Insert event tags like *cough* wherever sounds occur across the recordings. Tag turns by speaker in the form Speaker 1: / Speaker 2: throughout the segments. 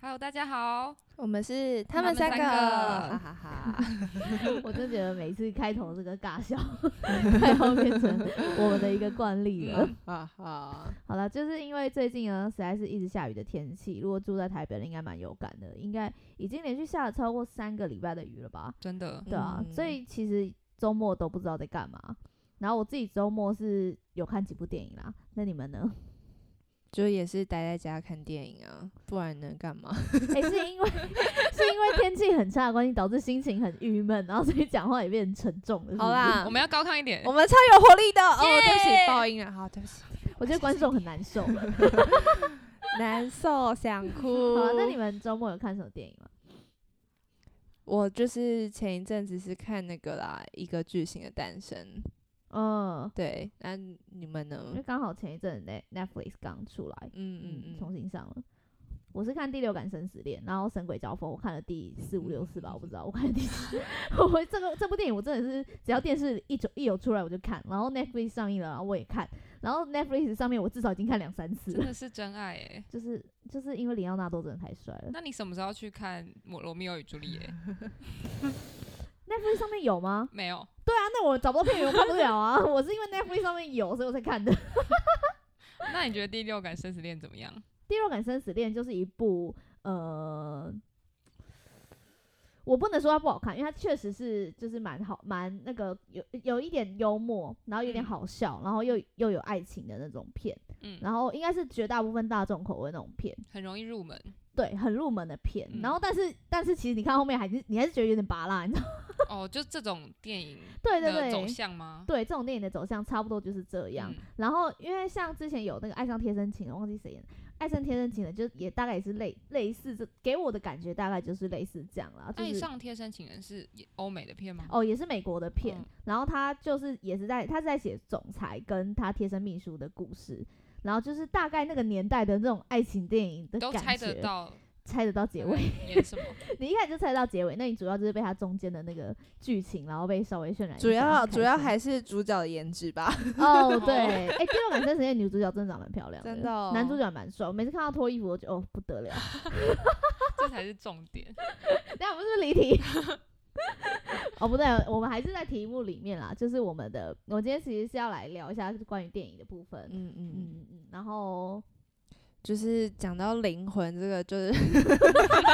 Speaker 1: Hello，大家好，
Speaker 2: 我们是他
Speaker 1: 们
Speaker 2: 们
Speaker 1: 三
Speaker 2: 三
Speaker 1: 个
Speaker 2: 个，
Speaker 1: 哈
Speaker 2: 哈
Speaker 3: 哈哈！我真觉得每次开头这个尬笑， *laughs* 快要变成我们的一个惯例了。
Speaker 2: 哈哈，
Speaker 3: *laughs* 好了，就是因为最近呢，实在是一直下雨的天气，如果住在台北的应该蛮有感的，应该已经连续下了超过三个礼拜的雨了吧？
Speaker 1: 真的，
Speaker 3: 对啊，
Speaker 2: 嗯
Speaker 3: 所以其实周末都不知道在干嘛。然后我自己周末是有看几部电影啦，那你们
Speaker 2: *laughs*
Speaker 3: 呢？
Speaker 2: 就也是待在家看电影啊，不然能干嘛？
Speaker 3: 诶，是因为是因为天气很差的关系，导致心情很郁闷，然后所以讲话也变成沉重了。是不是
Speaker 2: 好，啦，
Speaker 1: 我们要高亢一点
Speaker 2: 我。们超有活力的哦，
Speaker 1: 耶
Speaker 2: 对不起，爆音了，好，对不起，
Speaker 3: 我觉得观众很难受。
Speaker 2: 难受想哭。
Speaker 3: *laughs* 好啊，那你们周末有看什么电影吗？
Speaker 2: 我就是前一阵子是看那个啦，一个巨星的诞生，
Speaker 3: 嗯，
Speaker 2: 对，那你们
Speaker 3: 因为
Speaker 2: 呢？
Speaker 3: 刚好前一阵那 Netflix 刚出来，
Speaker 2: 嗯
Speaker 3: 嗯，
Speaker 2: 嗯
Speaker 3: 重
Speaker 2: 嗯，
Speaker 3: 新上了。我是看《第六感生死恋》，然后《神鬼交锋》，我看了第四五六次吧，我不知道，我看了第几。 *laughs* 我这个这部电影我真的是只要电视一出一有出来我就看，然后 Netflix 上映了，然后我也看，然后 Netflix 上面我至少已经看两三次
Speaker 1: 真
Speaker 3: 了。
Speaker 1: 的是真爱哎、
Speaker 3: 就是就是因为里奥纳多真的太帅了
Speaker 1: 那你什么时候去看《摩罗密欧与朱丽叶》？
Speaker 3: ，Netflix 上面有吗？
Speaker 1: 没有，
Speaker 3: 对啊，那我找不到片源，我看不了啊。 *laughs* 我是因为 Netflix 上面有，所以我才看的。
Speaker 1: 那你觉得《第六感生死恋》怎么样？
Speaker 3: 《第六感生死恋》就是一部呃，我不能说它不好看，因为它确实是就是蛮好，蛮那个有有一点幽默，然后有点
Speaker 1: 嗯
Speaker 3: 好笑，然后又又有爱情的那种片，
Speaker 1: 嗯，
Speaker 3: 然后应该是绝大部分大众口味那种片，
Speaker 1: 很容易入门，
Speaker 3: 对，很入门的片。然
Speaker 1: 嗯
Speaker 3: 后但是但是其实你看后面还是你还是觉得有点拔辣，你知道吗？ *laughs*
Speaker 1: 哦，就这种电影
Speaker 3: 对对
Speaker 1: 的走
Speaker 3: 对。
Speaker 1: 向吗？
Speaker 3: 对这种电影的走向差不多就是这样，
Speaker 1: 嗯
Speaker 3: 然后因为像之前有那个《爱上贴身情人》，忘记谁演，《爱上贴身情人》就也大概也是类类似这，给我的感觉大概就是类似这样啦，就
Speaker 1: 爱
Speaker 3: 是。
Speaker 1: 上贴身情人是也欧美的片吗？
Speaker 3: 哦，也是美国的片，
Speaker 1: 嗯
Speaker 3: 然后他就是也是在他是在写总裁跟他贴身秘书的故事，然后就是大概那个年代的那种爱情电影的
Speaker 1: 都
Speaker 3: 感觉，
Speaker 1: 猜得，到嗯
Speaker 3: 猜得到结尾，
Speaker 1: 演什么？
Speaker 3: 你一开始就猜得到结尾，那你主要就是被他中间的那个剧情，然后被稍微渲染一下，
Speaker 2: 主要
Speaker 3: 开
Speaker 2: 主要
Speaker 3: 心
Speaker 2: 还是主角的颜值吧，
Speaker 3: *laughs* 哦，对，
Speaker 2: *laughs*
Speaker 3: 哎、第六感生死恋》女主角真的长得蛮漂亮
Speaker 2: 真的哦
Speaker 3: 男主角也蛮帅，我每次看到脱衣服我就哦不
Speaker 2: *laughs*
Speaker 3: 得了，
Speaker 1: 这才是重点。
Speaker 3: 等一下我们是不是离题？ *laughs* 哦，不对，我们还是在题目里面啦，就是我们的，我今天其实是要来聊一下关于电影的部分，嗯
Speaker 2: *laughs* 嗯嗯嗯，
Speaker 3: 嗯嗯，然后
Speaker 2: 就是讲到灵魂这个，
Speaker 3: *laughs*
Speaker 2: 就是 *laughs*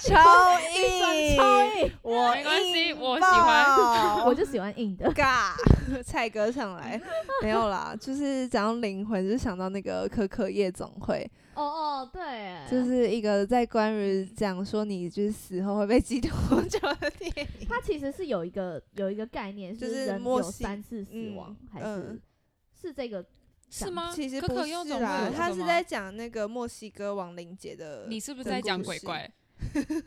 Speaker 2: 超硬，
Speaker 3: 超硬，
Speaker 2: 我
Speaker 1: 没关系
Speaker 2: 硬
Speaker 1: 我喜欢
Speaker 2: 爆
Speaker 3: 我就喜欢
Speaker 1: *laughs*
Speaker 3: 硬的，
Speaker 2: 尬，蔡哥上来没有啦，就是讲到灵魂，就想到那个可可夜总会，
Speaker 3: 哦哦，
Speaker 1: 嗯
Speaker 3: 对，
Speaker 2: 就是一个在关于讲说你就是死后会被寄多久的电
Speaker 1: *laughs*
Speaker 2: 影。
Speaker 3: 它其实是有一个有一个概念，
Speaker 2: 就是是
Speaker 3: 人
Speaker 2: 墨
Speaker 3: 有
Speaker 2: 西
Speaker 3: 三次死
Speaker 2: 嗯
Speaker 3: 亡，还是、
Speaker 2: 嗯
Speaker 3: 是这个
Speaker 1: 是吗？
Speaker 2: 其实
Speaker 1: 可
Speaker 2: 不
Speaker 1: 可
Speaker 2: 是
Speaker 1: 用总
Speaker 2: 啦，
Speaker 1: 会有
Speaker 2: 他
Speaker 1: 这
Speaker 2: 是
Speaker 1: 个
Speaker 2: 在
Speaker 1: 吗
Speaker 2: 讲那个墨西哥亡灵节的。
Speaker 1: 你是不是
Speaker 2: 的
Speaker 1: 在讲
Speaker 2: 故
Speaker 1: 鬼
Speaker 2: 事
Speaker 1: 怪？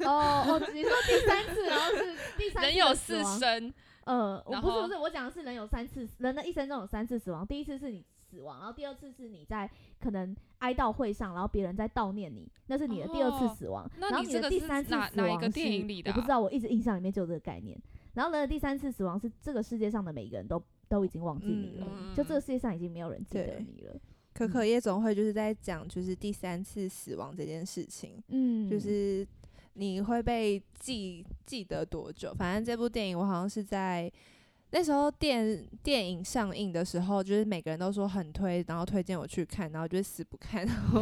Speaker 3: 哦哦，你说第三次，然后是第三次
Speaker 1: 人有
Speaker 3: 的
Speaker 1: 四
Speaker 3: 死亡。
Speaker 1: 生，
Speaker 3: 呃，我
Speaker 1: 然
Speaker 3: 不是
Speaker 1: 后
Speaker 3: 不是，我讲的是人有三次，人的一生中有三次死亡。第一次是你死亡，然后第二次是你在可能哀悼会上，然后别人在悼念你，那是你的第二次
Speaker 1: 哦
Speaker 3: 死亡。
Speaker 1: 那
Speaker 3: 然后
Speaker 1: 你
Speaker 3: 你
Speaker 1: 这个
Speaker 3: 的第
Speaker 1: 是
Speaker 3: 三次死
Speaker 1: 哪
Speaker 3: 亡
Speaker 1: 哪一个电
Speaker 3: 是
Speaker 1: 影里的
Speaker 3: 我不知
Speaker 1: 啊
Speaker 3: 道，我一直印象里面就有这个概念。然后人的第三次死亡是这个世界上的每一个人都都已经忘记你了，
Speaker 1: 嗯
Speaker 3: 就这个世界上已经没有人记得
Speaker 2: 对
Speaker 3: 你了。
Speaker 2: 可可夜总会就是在讲就是第三次死亡这件事情，
Speaker 3: 嗯，
Speaker 2: 就是你会被记记得多久？反正这部电影我好像是在那时候电电影上映的时候，就是每个人都说很推，然后推荐我去看，然后就是死不看，然
Speaker 1: *laughs*
Speaker 2: 后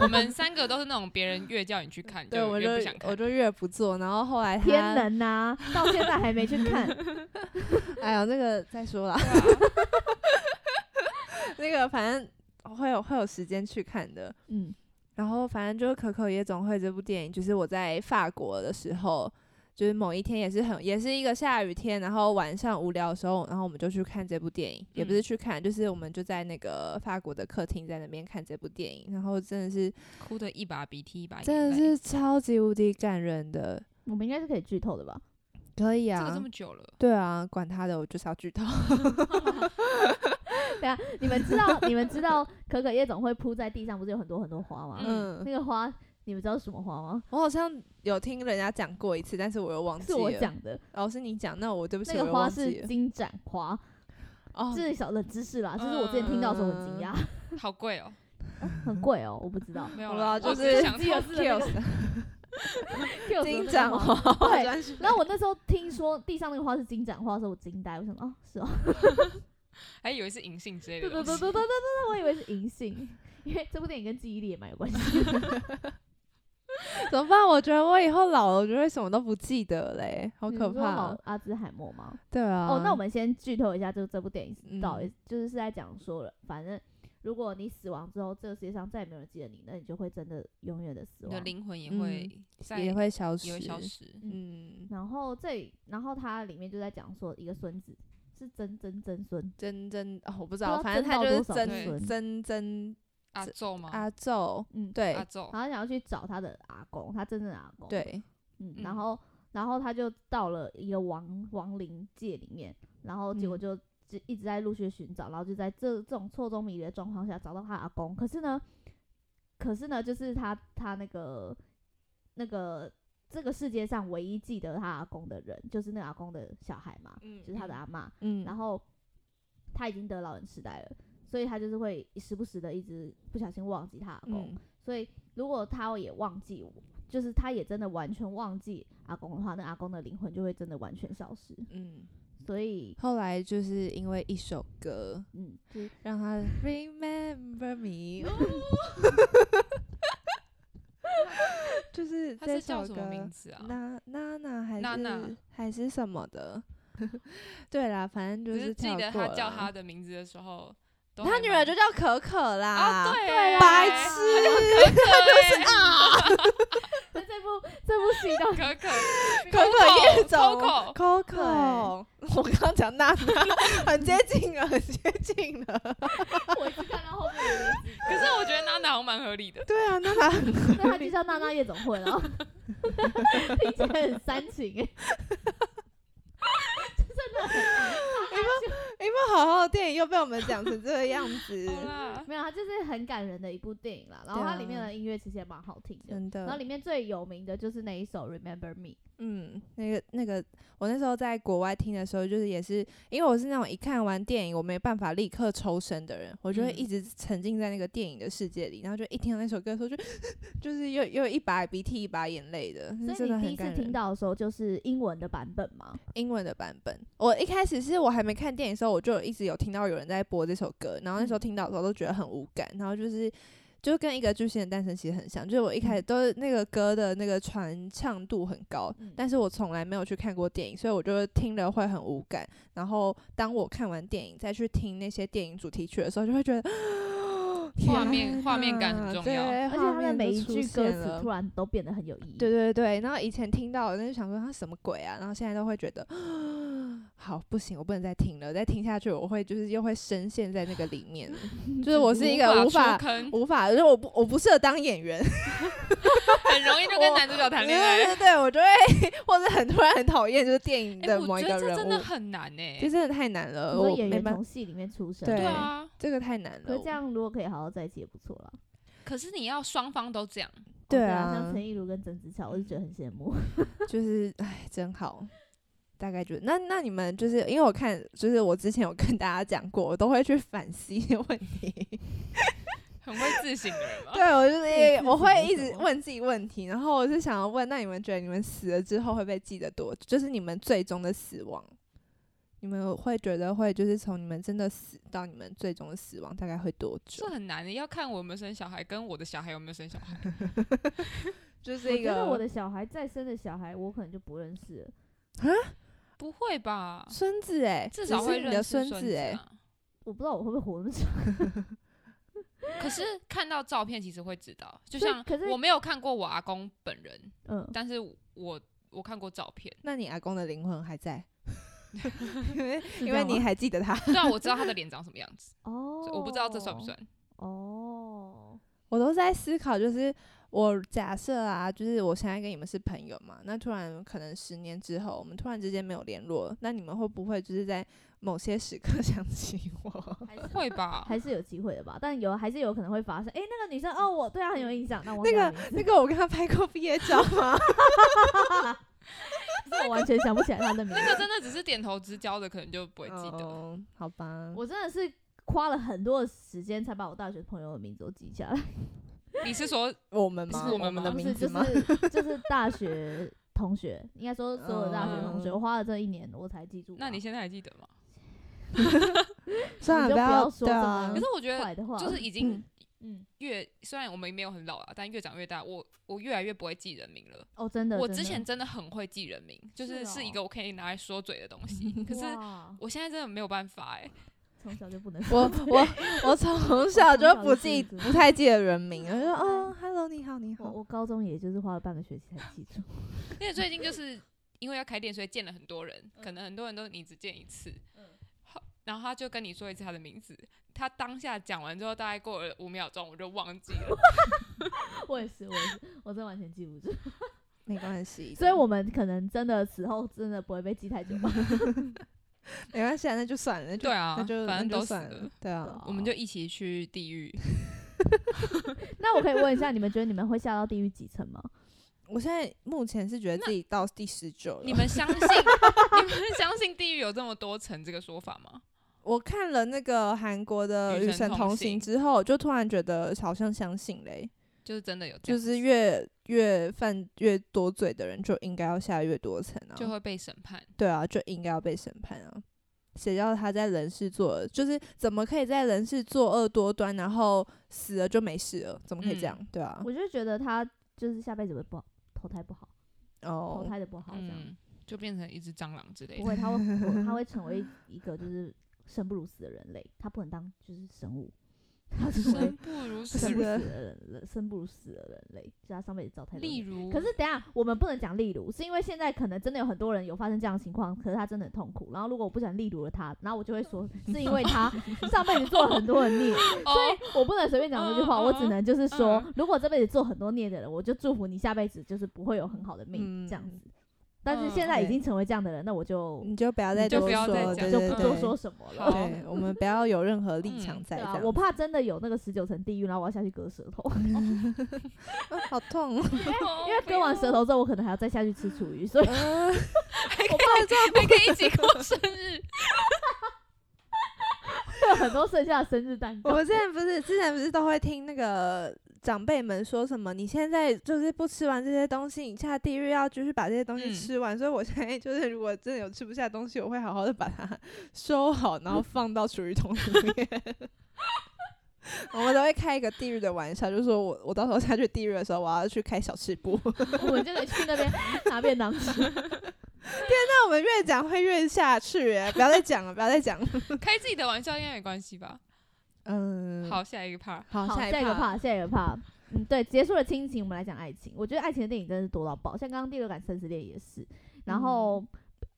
Speaker 1: 我们三个都是那种别人越叫你去看，
Speaker 2: *laughs* 对我
Speaker 1: 就
Speaker 2: 就
Speaker 1: 越不想看
Speaker 2: 我。就越不做。然后后来
Speaker 3: *laughs* 天
Speaker 2: 他，
Speaker 3: 能呐、到现在还没去
Speaker 2: *laughs*
Speaker 3: 看。
Speaker 2: 哎呦，那个再说啦，
Speaker 1: 对啊
Speaker 2: *laughs* 那个反正会有会有时间去看的。
Speaker 3: 嗯，
Speaker 2: 然后反正就是《可可夜总会》这部电影，就是我在法国的时候，就是某一天也是很也是一个下雨天，然后晚上无聊的时候，然后我们就去看这部电影，也不是去看，就是我们就在那个法国的客厅在那边看这部电影，然后真的是
Speaker 1: 哭的一把鼻涕一把眼
Speaker 2: 真的
Speaker 1: 泪
Speaker 2: 是超级无敌感人的，
Speaker 3: 我们应该是可以剧透的吧？ *laughs*
Speaker 2: 可以
Speaker 1: 这个这
Speaker 2: 啊
Speaker 1: 么。久了，
Speaker 2: 对啊，管他的，我就是要剧透。
Speaker 3: 对啊，你们知道你们知道可可夜总会铺在地上不是有很多很多花吗？
Speaker 2: 嗯
Speaker 3: 那，个花你们知道是什么花吗？
Speaker 2: 我好像有听人家讲过一次，但是我又忘记
Speaker 3: 是
Speaker 2: 了。
Speaker 3: 我，讲的，
Speaker 2: 哦，是你讲，那我对不起，
Speaker 3: 那
Speaker 2: 我
Speaker 3: 个
Speaker 2: 又
Speaker 3: 花
Speaker 2: 忘记
Speaker 3: 是
Speaker 2: 了。
Speaker 3: 金盏花，
Speaker 2: 哦，
Speaker 3: 这是小冷知识啦。就是我之前听到的时候很惊讶，
Speaker 1: 好贵哦，
Speaker 2: *laughs* 嗯
Speaker 3: *laughs* 很贵哦，我不知道。
Speaker 1: 没有
Speaker 2: 好啦
Speaker 1: 了，我
Speaker 2: 就
Speaker 1: 只
Speaker 2: 是
Speaker 1: 想
Speaker 3: 记得
Speaker 1: 说
Speaker 3: 是那个
Speaker 2: Kills
Speaker 3: Q
Speaker 2: 金盏花
Speaker 3: 对
Speaker 2: 专属
Speaker 3: *laughs* 然后我那时候听说地上那个花是金盏花的时候，我惊呆，我想哦，是哦，
Speaker 1: 还以为是银杏之类
Speaker 3: 对
Speaker 1: 的东
Speaker 3: 对对
Speaker 1: 西。
Speaker 3: 对对对对对，我以为是银杏，因为这部电影跟记忆力也蛮有关系。
Speaker 2: *laughs* 怎么办？我觉得我以后老了，我就会什么都不记得嘞，好
Speaker 3: 你
Speaker 2: 可
Speaker 3: 说
Speaker 2: 怕
Speaker 3: 老
Speaker 2: 哦。
Speaker 3: 阿兹海默吗？
Speaker 2: 对啊。
Speaker 3: 哦，那我们先剧透一下，就这部电影是到底、
Speaker 2: 嗯
Speaker 3: 就是是在讲说了，反正如果你死亡之后，这个世界上再也没有人记得你，那你就会真的永远的死
Speaker 1: 你的
Speaker 3: 亡。
Speaker 1: 灵魂也
Speaker 2: 嗯
Speaker 1: 会在
Speaker 2: 也会消失，
Speaker 1: 也会消失。
Speaker 2: 嗯，
Speaker 3: 然后这里，然后它里面就在讲说一个孙子是曾曾曾孙，
Speaker 2: 真真哦，我不知
Speaker 3: 不知
Speaker 2: 道，
Speaker 3: 道
Speaker 2: 反正
Speaker 3: 真
Speaker 2: 他
Speaker 3: 到
Speaker 2: 就
Speaker 3: 多
Speaker 2: 是
Speaker 3: 少
Speaker 2: 真
Speaker 1: 孙
Speaker 2: 真真
Speaker 1: 阿宙吗？
Speaker 2: 阿宙，
Speaker 3: 嗯，
Speaker 2: 对
Speaker 1: 哦阿宙，
Speaker 3: 然后想要去找他的阿公，他真正的阿公，，
Speaker 2: 对，
Speaker 3: 嗯，
Speaker 1: 嗯
Speaker 3: 然后然后他就到了一个亡亡灵界里面，然后结果
Speaker 2: 嗯
Speaker 3: 就就一直在陆续寻找，然后就在这这种错综迷离的状况下找到他阿公。可是呢，可是呢，就是他他那个那个这个世界上唯一记得他阿公的人，就是那个阿公的小孩嘛，
Speaker 1: 嗯
Speaker 3: 就是他的
Speaker 1: 嗯
Speaker 3: 阿妈。
Speaker 2: 嗯，
Speaker 3: 然后他已经得老人痴呆了，所以他就是会时不时的一直不小心忘记他阿公。
Speaker 2: 嗯
Speaker 3: 所以如果他也忘记，就是他也真的完全忘记阿公的话，那阿公的灵魂就会真的完全消失。
Speaker 2: 嗯，
Speaker 3: 所以，
Speaker 2: 后来就是因为一首歌
Speaker 3: 嗯， *laughs* 就是
Speaker 2: 让他 remember me，就是
Speaker 1: 他
Speaker 2: 这
Speaker 1: 是
Speaker 2: 首
Speaker 1: 叫什么名
Speaker 2: 歌。
Speaker 1: 字啊？
Speaker 2: 娜娜娜还
Speaker 1: 娜娜
Speaker 2: 是还是什么的，
Speaker 1: *laughs*
Speaker 2: 对啦，反正就
Speaker 1: 只是记
Speaker 2: 跳
Speaker 1: 得
Speaker 2: 过
Speaker 1: 他叫
Speaker 2: 啦
Speaker 1: 他的名字的时候，都
Speaker 2: 他
Speaker 1: 还
Speaker 2: 女
Speaker 1: 蛮
Speaker 2: 儿就叫可可啦，
Speaker 1: 啊，对，
Speaker 2: 白
Speaker 1: 痴，可
Speaker 2: 啊
Speaker 1: 可
Speaker 3: 那这部这部戏到底
Speaker 1: 欸，可可，
Speaker 2: 可可夜总
Speaker 1: Coco，哦
Speaker 2: Coco，我欸刚刚讲娜娜， *laughs* 很接近了，很接近了。
Speaker 3: 我一直看到后面有一集，
Speaker 1: 可是我觉得娜娜好像蛮合理的，
Speaker 2: 对啊，娜娜 *laughs* 很
Speaker 3: *laughs*
Speaker 2: 合
Speaker 3: 那他就
Speaker 2: 理
Speaker 3: 叫娜娜夜总会了， *laughs* 听起来很煽情哎、真的很
Speaker 2: 你们好好的电影又被我们讲成这个样子，
Speaker 1: 好啦，
Speaker 3: 没有，它就是很感人的一部电影啦。然后
Speaker 2: 对
Speaker 3: 它
Speaker 2: 啊
Speaker 3: 里面的音乐其实也蛮好听的，
Speaker 2: 真
Speaker 3: 然后
Speaker 2: 的
Speaker 3: 里。面最有名的就是那一首《Remember Me》。
Speaker 2: 嗯，那个那个，我那时候在国外听的时候，就是也是因为我是那种一看完电影我没办法立刻抽身的人，我就会
Speaker 1: 嗯
Speaker 2: 一直沉浸在那个电影的世界里，然后就一听到那首歌的时候就 *laughs* 就是又又一把鼻涕一把眼泪的，是真
Speaker 3: 所
Speaker 2: 的
Speaker 3: 以你第
Speaker 2: 嗯很
Speaker 3: 一
Speaker 2: 感
Speaker 3: 次
Speaker 2: 人。
Speaker 3: 听到的时候就是英文的版本吗？
Speaker 2: 英文的版本。我一开始是我还没看电影的时候，我就一直有听到有人在播这首歌，然后那时候
Speaker 3: 嗯
Speaker 2: 听到的时候都觉得很无感，然后就是。就跟一个巨星的诞生其实很像，就是我一开始都是那个歌的那个传唱度很高，
Speaker 3: 嗯
Speaker 2: 但是我从来没有去看过电影，所以我就听了会很无感。然后当我看完电影再去听那些电影主题曲的时候，就会觉得
Speaker 1: 画
Speaker 2: 天
Speaker 1: 面画面感很
Speaker 2: 哪
Speaker 1: 重
Speaker 2: 对
Speaker 1: 要
Speaker 2: 画面
Speaker 3: 而且
Speaker 2: 它
Speaker 3: 它的每一句歌词突然都变得很有意义。
Speaker 2: 对对对，然后以前听到，那就想说他什么鬼啊，然后现在都会觉得，好不行，我不能再听了，再听下去我会就是又会深陷在那个里面， *laughs* 就是我是一个无
Speaker 1: 无
Speaker 2: 法
Speaker 1: 出坑，
Speaker 2: 无法，就是我不我不适合当演员，
Speaker 1: 很容易就跟男主角谈恋爱
Speaker 2: 对，对对，我就会或者很突然很讨厌就是电影
Speaker 1: 哎，
Speaker 2: 的
Speaker 1: 我
Speaker 2: 某一
Speaker 1: 觉
Speaker 2: 个
Speaker 1: 得这
Speaker 2: 人
Speaker 1: 真
Speaker 2: 物
Speaker 1: 的，很难
Speaker 2: 其
Speaker 1: 哎，
Speaker 2: 实太难了，
Speaker 3: 你说
Speaker 2: 我
Speaker 3: 演
Speaker 2: 没
Speaker 3: 员
Speaker 2: 办
Speaker 3: 从
Speaker 2: 法，
Speaker 3: 戏里面出身，
Speaker 2: 对
Speaker 1: 对啊，
Speaker 2: 这个太难
Speaker 3: 可
Speaker 2: 了
Speaker 3: 是，这样如果可以好好在一起也不错啦。
Speaker 1: 可是你要双方都这样，
Speaker 3: 哦
Speaker 2: 对
Speaker 3: 啊，
Speaker 2: 啊嗯
Speaker 3: 像陈意如跟曾之乔，我就觉得很羡慕。
Speaker 2: 就是哎，真好。大概就那那你们就是因为我看就是我之前有跟大家讲过，我都会去反思一些问
Speaker 1: *laughs*
Speaker 2: 题。
Speaker 1: 很会自省的
Speaker 2: *laughs*
Speaker 1: 人吧？
Speaker 2: 对，我就是
Speaker 3: 自己
Speaker 2: 也
Speaker 3: 自
Speaker 2: 我
Speaker 3: 己
Speaker 2: 会
Speaker 3: 的
Speaker 2: 一
Speaker 3: 什
Speaker 2: 直
Speaker 3: 么
Speaker 2: 问自己问题，然后我是想要问，那你们觉得你们死了之后会被记得多？就是你们最终的死亡，你们会觉得会就是从你们真的死到你们最终的死亡大概会多久
Speaker 1: 这？很难的，欸要看我有没有生小孩，跟我的小孩有没有生小孩。
Speaker 2: 就
Speaker 3: 我
Speaker 2: 是一
Speaker 3: 觉得我
Speaker 2: 个
Speaker 3: 的小孩再生的小孩，我可能就不认识了。
Speaker 1: 不会吧？
Speaker 2: 孙子哎、欸，
Speaker 1: 至
Speaker 2: 只
Speaker 1: 少
Speaker 2: 是
Speaker 1: 会
Speaker 2: 你
Speaker 1: 认
Speaker 2: 的
Speaker 1: 识
Speaker 2: 孙
Speaker 1: 子
Speaker 2: 哎、
Speaker 1: 啊
Speaker 3: 我不知道我会不会活那么
Speaker 2: *laughs*
Speaker 3: 长。
Speaker 1: 可是看到照片，其实会知道，就
Speaker 3: 所以
Speaker 1: 像
Speaker 3: 可是
Speaker 1: 我没有看过我阿公本人，
Speaker 3: 嗯，
Speaker 1: 但是我我看过照片，
Speaker 2: 那你阿公的灵魂还在， *laughs* 因为
Speaker 3: 是这
Speaker 2: 因为
Speaker 3: 样
Speaker 2: 你
Speaker 3: 吗
Speaker 2: 还记得他。 *laughs*
Speaker 1: 虽然我知道他的脸长什么样子，
Speaker 3: 哦
Speaker 1: 所以，我不知道这算不算。
Speaker 3: 哦。
Speaker 2: 我都在思考，就是我假设啊，就是我现在跟你们是朋友嘛，那突然可能十年之后，我们突然之间没有联络，那你们会不会就是在某些时刻 *laughs* 想起我？
Speaker 3: 还是
Speaker 1: 会吧？
Speaker 3: 还是有机会的吧，但有还是有可能会发生。诶，那个女生哦，我对她很有印象，但我忘
Speaker 2: 那
Speaker 3: 记她
Speaker 2: 个
Speaker 3: 的
Speaker 2: 那
Speaker 3: 名字
Speaker 2: 个，我跟他拍过毕业照吗？
Speaker 3: 可是我完全想不起来她的名
Speaker 1: 那个
Speaker 3: 字。
Speaker 1: 真的只是点头之交的，可能就不会记得。
Speaker 2: 哦好吧。
Speaker 1: *laughs*
Speaker 3: 我真的是花了很多的时间才把我大学朋友的名字都记下来。
Speaker 1: 你是说
Speaker 2: 我们
Speaker 1: 是
Speaker 2: 吗？
Speaker 1: 我们
Speaker 2: 们
Speaker 1: 吗
Speaker 2: 的
Speaker 3: 不
Speaker 2: 名
Speaker 3: 是
Speaker 2: 字
Speaker 3: 就
Speaker 2: 吗？
Speaker 3: 是就是大学同学，应该说所有大学同学，
Speaker 2: 嗯
Speaker 3: 我花了这一年我才记住他。
Speaker 1: 那你现在还记得吗？
Speaker 2: 算了，
Speaker 3: 你就不要
Speaker 2: 要
Speaker 3: 说
Speaker 2: 对
Speaker 3: 这
Speaker 2: 啊
Speaker 3: 么
Speaker 1: 可是我觉
Speaker 3: 坏
Speaker 1: 得
Speaker 3: 的话，
Speaker 1: 就是已经
Speaker 3: 嗯
Speaker 1: 越虽然我们没有很老啊，但越长越大，我我越来越不会记人名了。
Speaker 3: 哦，真的，
Speaker 1: 我
Speaker 3: 真
Speaker 1: 之
Speaker 3: 的
Speaker 1: 前真的很会记人名，就是
Speaker 3: 是
Speaker 1: 是一
Speaker 3: 哦
Speaker 1: 个我可以拿来说嘴的东西。可是
Speaker 3: 哇
Speaker 1: 我现在真的没有办法哎、
Speaker 3: 从小就不
Speaker 1: *laughs*
Speaker 3: 能
Speaker 2: *laughs* 我
Speaker 3: *laughs*
Speaker 2: 我我从小就不记，
Speaker 3: 我从小就记不住
Speaker 2: 不太记得人名，我就说哦，hello，你好，你
Speaker 3: 我
Speaker 2: 好。
Speaker 3: 我高中也就是花了半个学期才记
Speaker 1: *laughs*
Speaker 3: 住，
Speaker 1: 而且最近就是因为要开店，所以见了很多人，可能很多人都你只见一次。好然后他就跟你说一次他的名字，他当下讲完之后，大概过了五秒钟，我就忘记了。
Speaker 3: 我也是，我也是，我真的完全记不住，
Speaker 2: 没关系的，
Speaker 3: 所以我们可能真的此后真的不会被记太久
Speaker 1: *laughs*
Speaker 3: 吧。
Speaker 2: 没关系啊，那就算了，那就
Speaker 1: *laughs* 对啊
Speaker 2: 那就
Speaker 1: 反正
Speaker 2: 那
Speaker 1: 都
Speaker 2: 就
Speaker 1: 死
Speaker 2: 算
Speaker 1: 了哦
Speaker 2: 了，对啊。
Speaker 1: 我们就一起去地狱。
Speaker 3: 那我可以问一下，你们觉得你们会下到地狱几层吗？
Speaker 2: 我现在目前是觉得自己到第十九了
Speaker 1: 你。们 *laughs* 相信你们相信地狱有这么多层这个说法吗？
Speaker 2: 我看了那个韩国的《
Speaker 1: 与
Speaker 2: 与
Speaker 1: 神
Speaker 2: 神
Speaker 1: 同
Speaker 2: 同
Speaker 1: 行
Speaker 2: 行》之后，就突然觉得好像相信嘞、
Speaker 1: 就是真的有这
Speaker 2: 就
Speaker 1: 样，
Speaker 2: 是越越犯越多罪的人，就应该要下越多层啊。
Speaker 1: 就会被审判。
Speaker 2: 对啊，就应该要被审判啊。谁叫他在人世作恶？就是怎么可以在人世作恶多端，然后死了就没事了？怎么可以这样？对啊，
Speaker 3: 嗯我就觉得他就是下辈子会不好，投胎不好，投
Speaker 2: 哦，
Speaker 3: 胎的不好这样。
Speaker 1: 嗯，就变成一只蟑螂之类
Speaker 3: 不
Speaker 1: 的。
Speaker 3: 会，他会我
Speaker 1: *laughs*
Speaker 3: 他会成为一个就是生不如死的人类，他不能当就是
Speaker 1: *laughs*
Speaker 3: 生物，他成为
Speaker 1: 生不如死
Speaker 3: 生不
Speaker 1: 人，
Speaker 3: 如死的人类，生不如死的人类，所以他上辈子造太多
Speaker 1: 例
Speaker 3: 孽。
Speaker 1: 如，
Speaker 3: 可是等一下，我们不能讲例如，是因为现在可能真的有很多人有发生这样的情况，可是他真的很痛苦。然后如果我不想例如了他，然后我就会
Speaker 1: *laughs*
Speaker 3: 说是因为他上辈子做了很多的孽，所
Speaker 1: 哦，
Speaker 3: 以我不能随便讲这句话，
Speaker 1: 嗯
Speaker 3: 我只能就是说
Speaker 1: 嗯，
Speaker 3: 如果这辈子做很多孽的人，我就祝福你下辈子就是不会有很好的命
Speaker 2: 嗯
Speaker 3: 这样子。但是
Speaker 1: 嗯
Speaker 3: 现在已经成为这样的人，那我就
Speaker 2: 嗯你就不要再
Speaker 3: 你就
Speaker 2: 多
Speaker 3: 不
Speaker 1: 要
Speaker 2: 说，
Speaker 1: 再
Speaker 2: 对
Speaker 1: 讲
Speaker 2: 对
Speaker 3: 就
Speaker 2: 对，
Speaker 3: 不多说什么
Speaker 1: 好
Speaker 3: 了。
Speaker 2: 对，我们不要有任何立场
Speaker 1: 嗯
Speaker 2: 在
Speaker 3: 对
Speaker 2: 这
Speaker 3: 啊
Speaker 2: 样，子。
Speaker 3: 我怕真的有那个十九层地狱，然后我要下去割舌头，
Speaker 2: 啊好痛哦，
Speaker 1: 因
Speaker 3: *laughs* 因为割完舌头之后，我可能还要再下去吃厨余，所以
Speaker 2: 呃
Speaker 1: *laughs* 还可以还可以一起过生日，
Speaker 3: 会有很多剩下的生日蛋
Speaker 2: *laughs* 我
Speaker 3: 糕。
Speaker 2: 们之前不是之前不是都会听那个长辈们说什么？你现在就是不吃完这些东西，你下地狱要继续把这些东
Speaker 1: 嗯
Speaker 2: 西吃完。所以我现在就是，如果真的有吃不下东西，我会好好的把它 *laughs* 收好，然后放到厨余桶里面。 *laughs* 我们都会开一个地狱的玩笑，就是说我我到时候下去地狱的时候，我要去开小吃部。 *laughs*
Speaker 3: 我们就 *laughs* 得去那边拿便当吃。
Speaker 2: 那我们越讲会越下去、欸，不要再讲了，不要再讲。了。
Speaker 1: 开自己的玩笑应该没关系吧？
Speaker 2: 嗯，
Speaker 1: 好，下一个 part，
Speaker 2: 好，
Speaker 3: *laughs* 好，
Speaker 2: 下
Speaker 3: 下一个
Speaker 2: 趴
Speaker 3: part，下一个 part。嗯，对，结束了亲情，我们来讲爱情。我觉得爱情的电影真的是多到爆，像刚刚《第六感生死恋》也是。然后，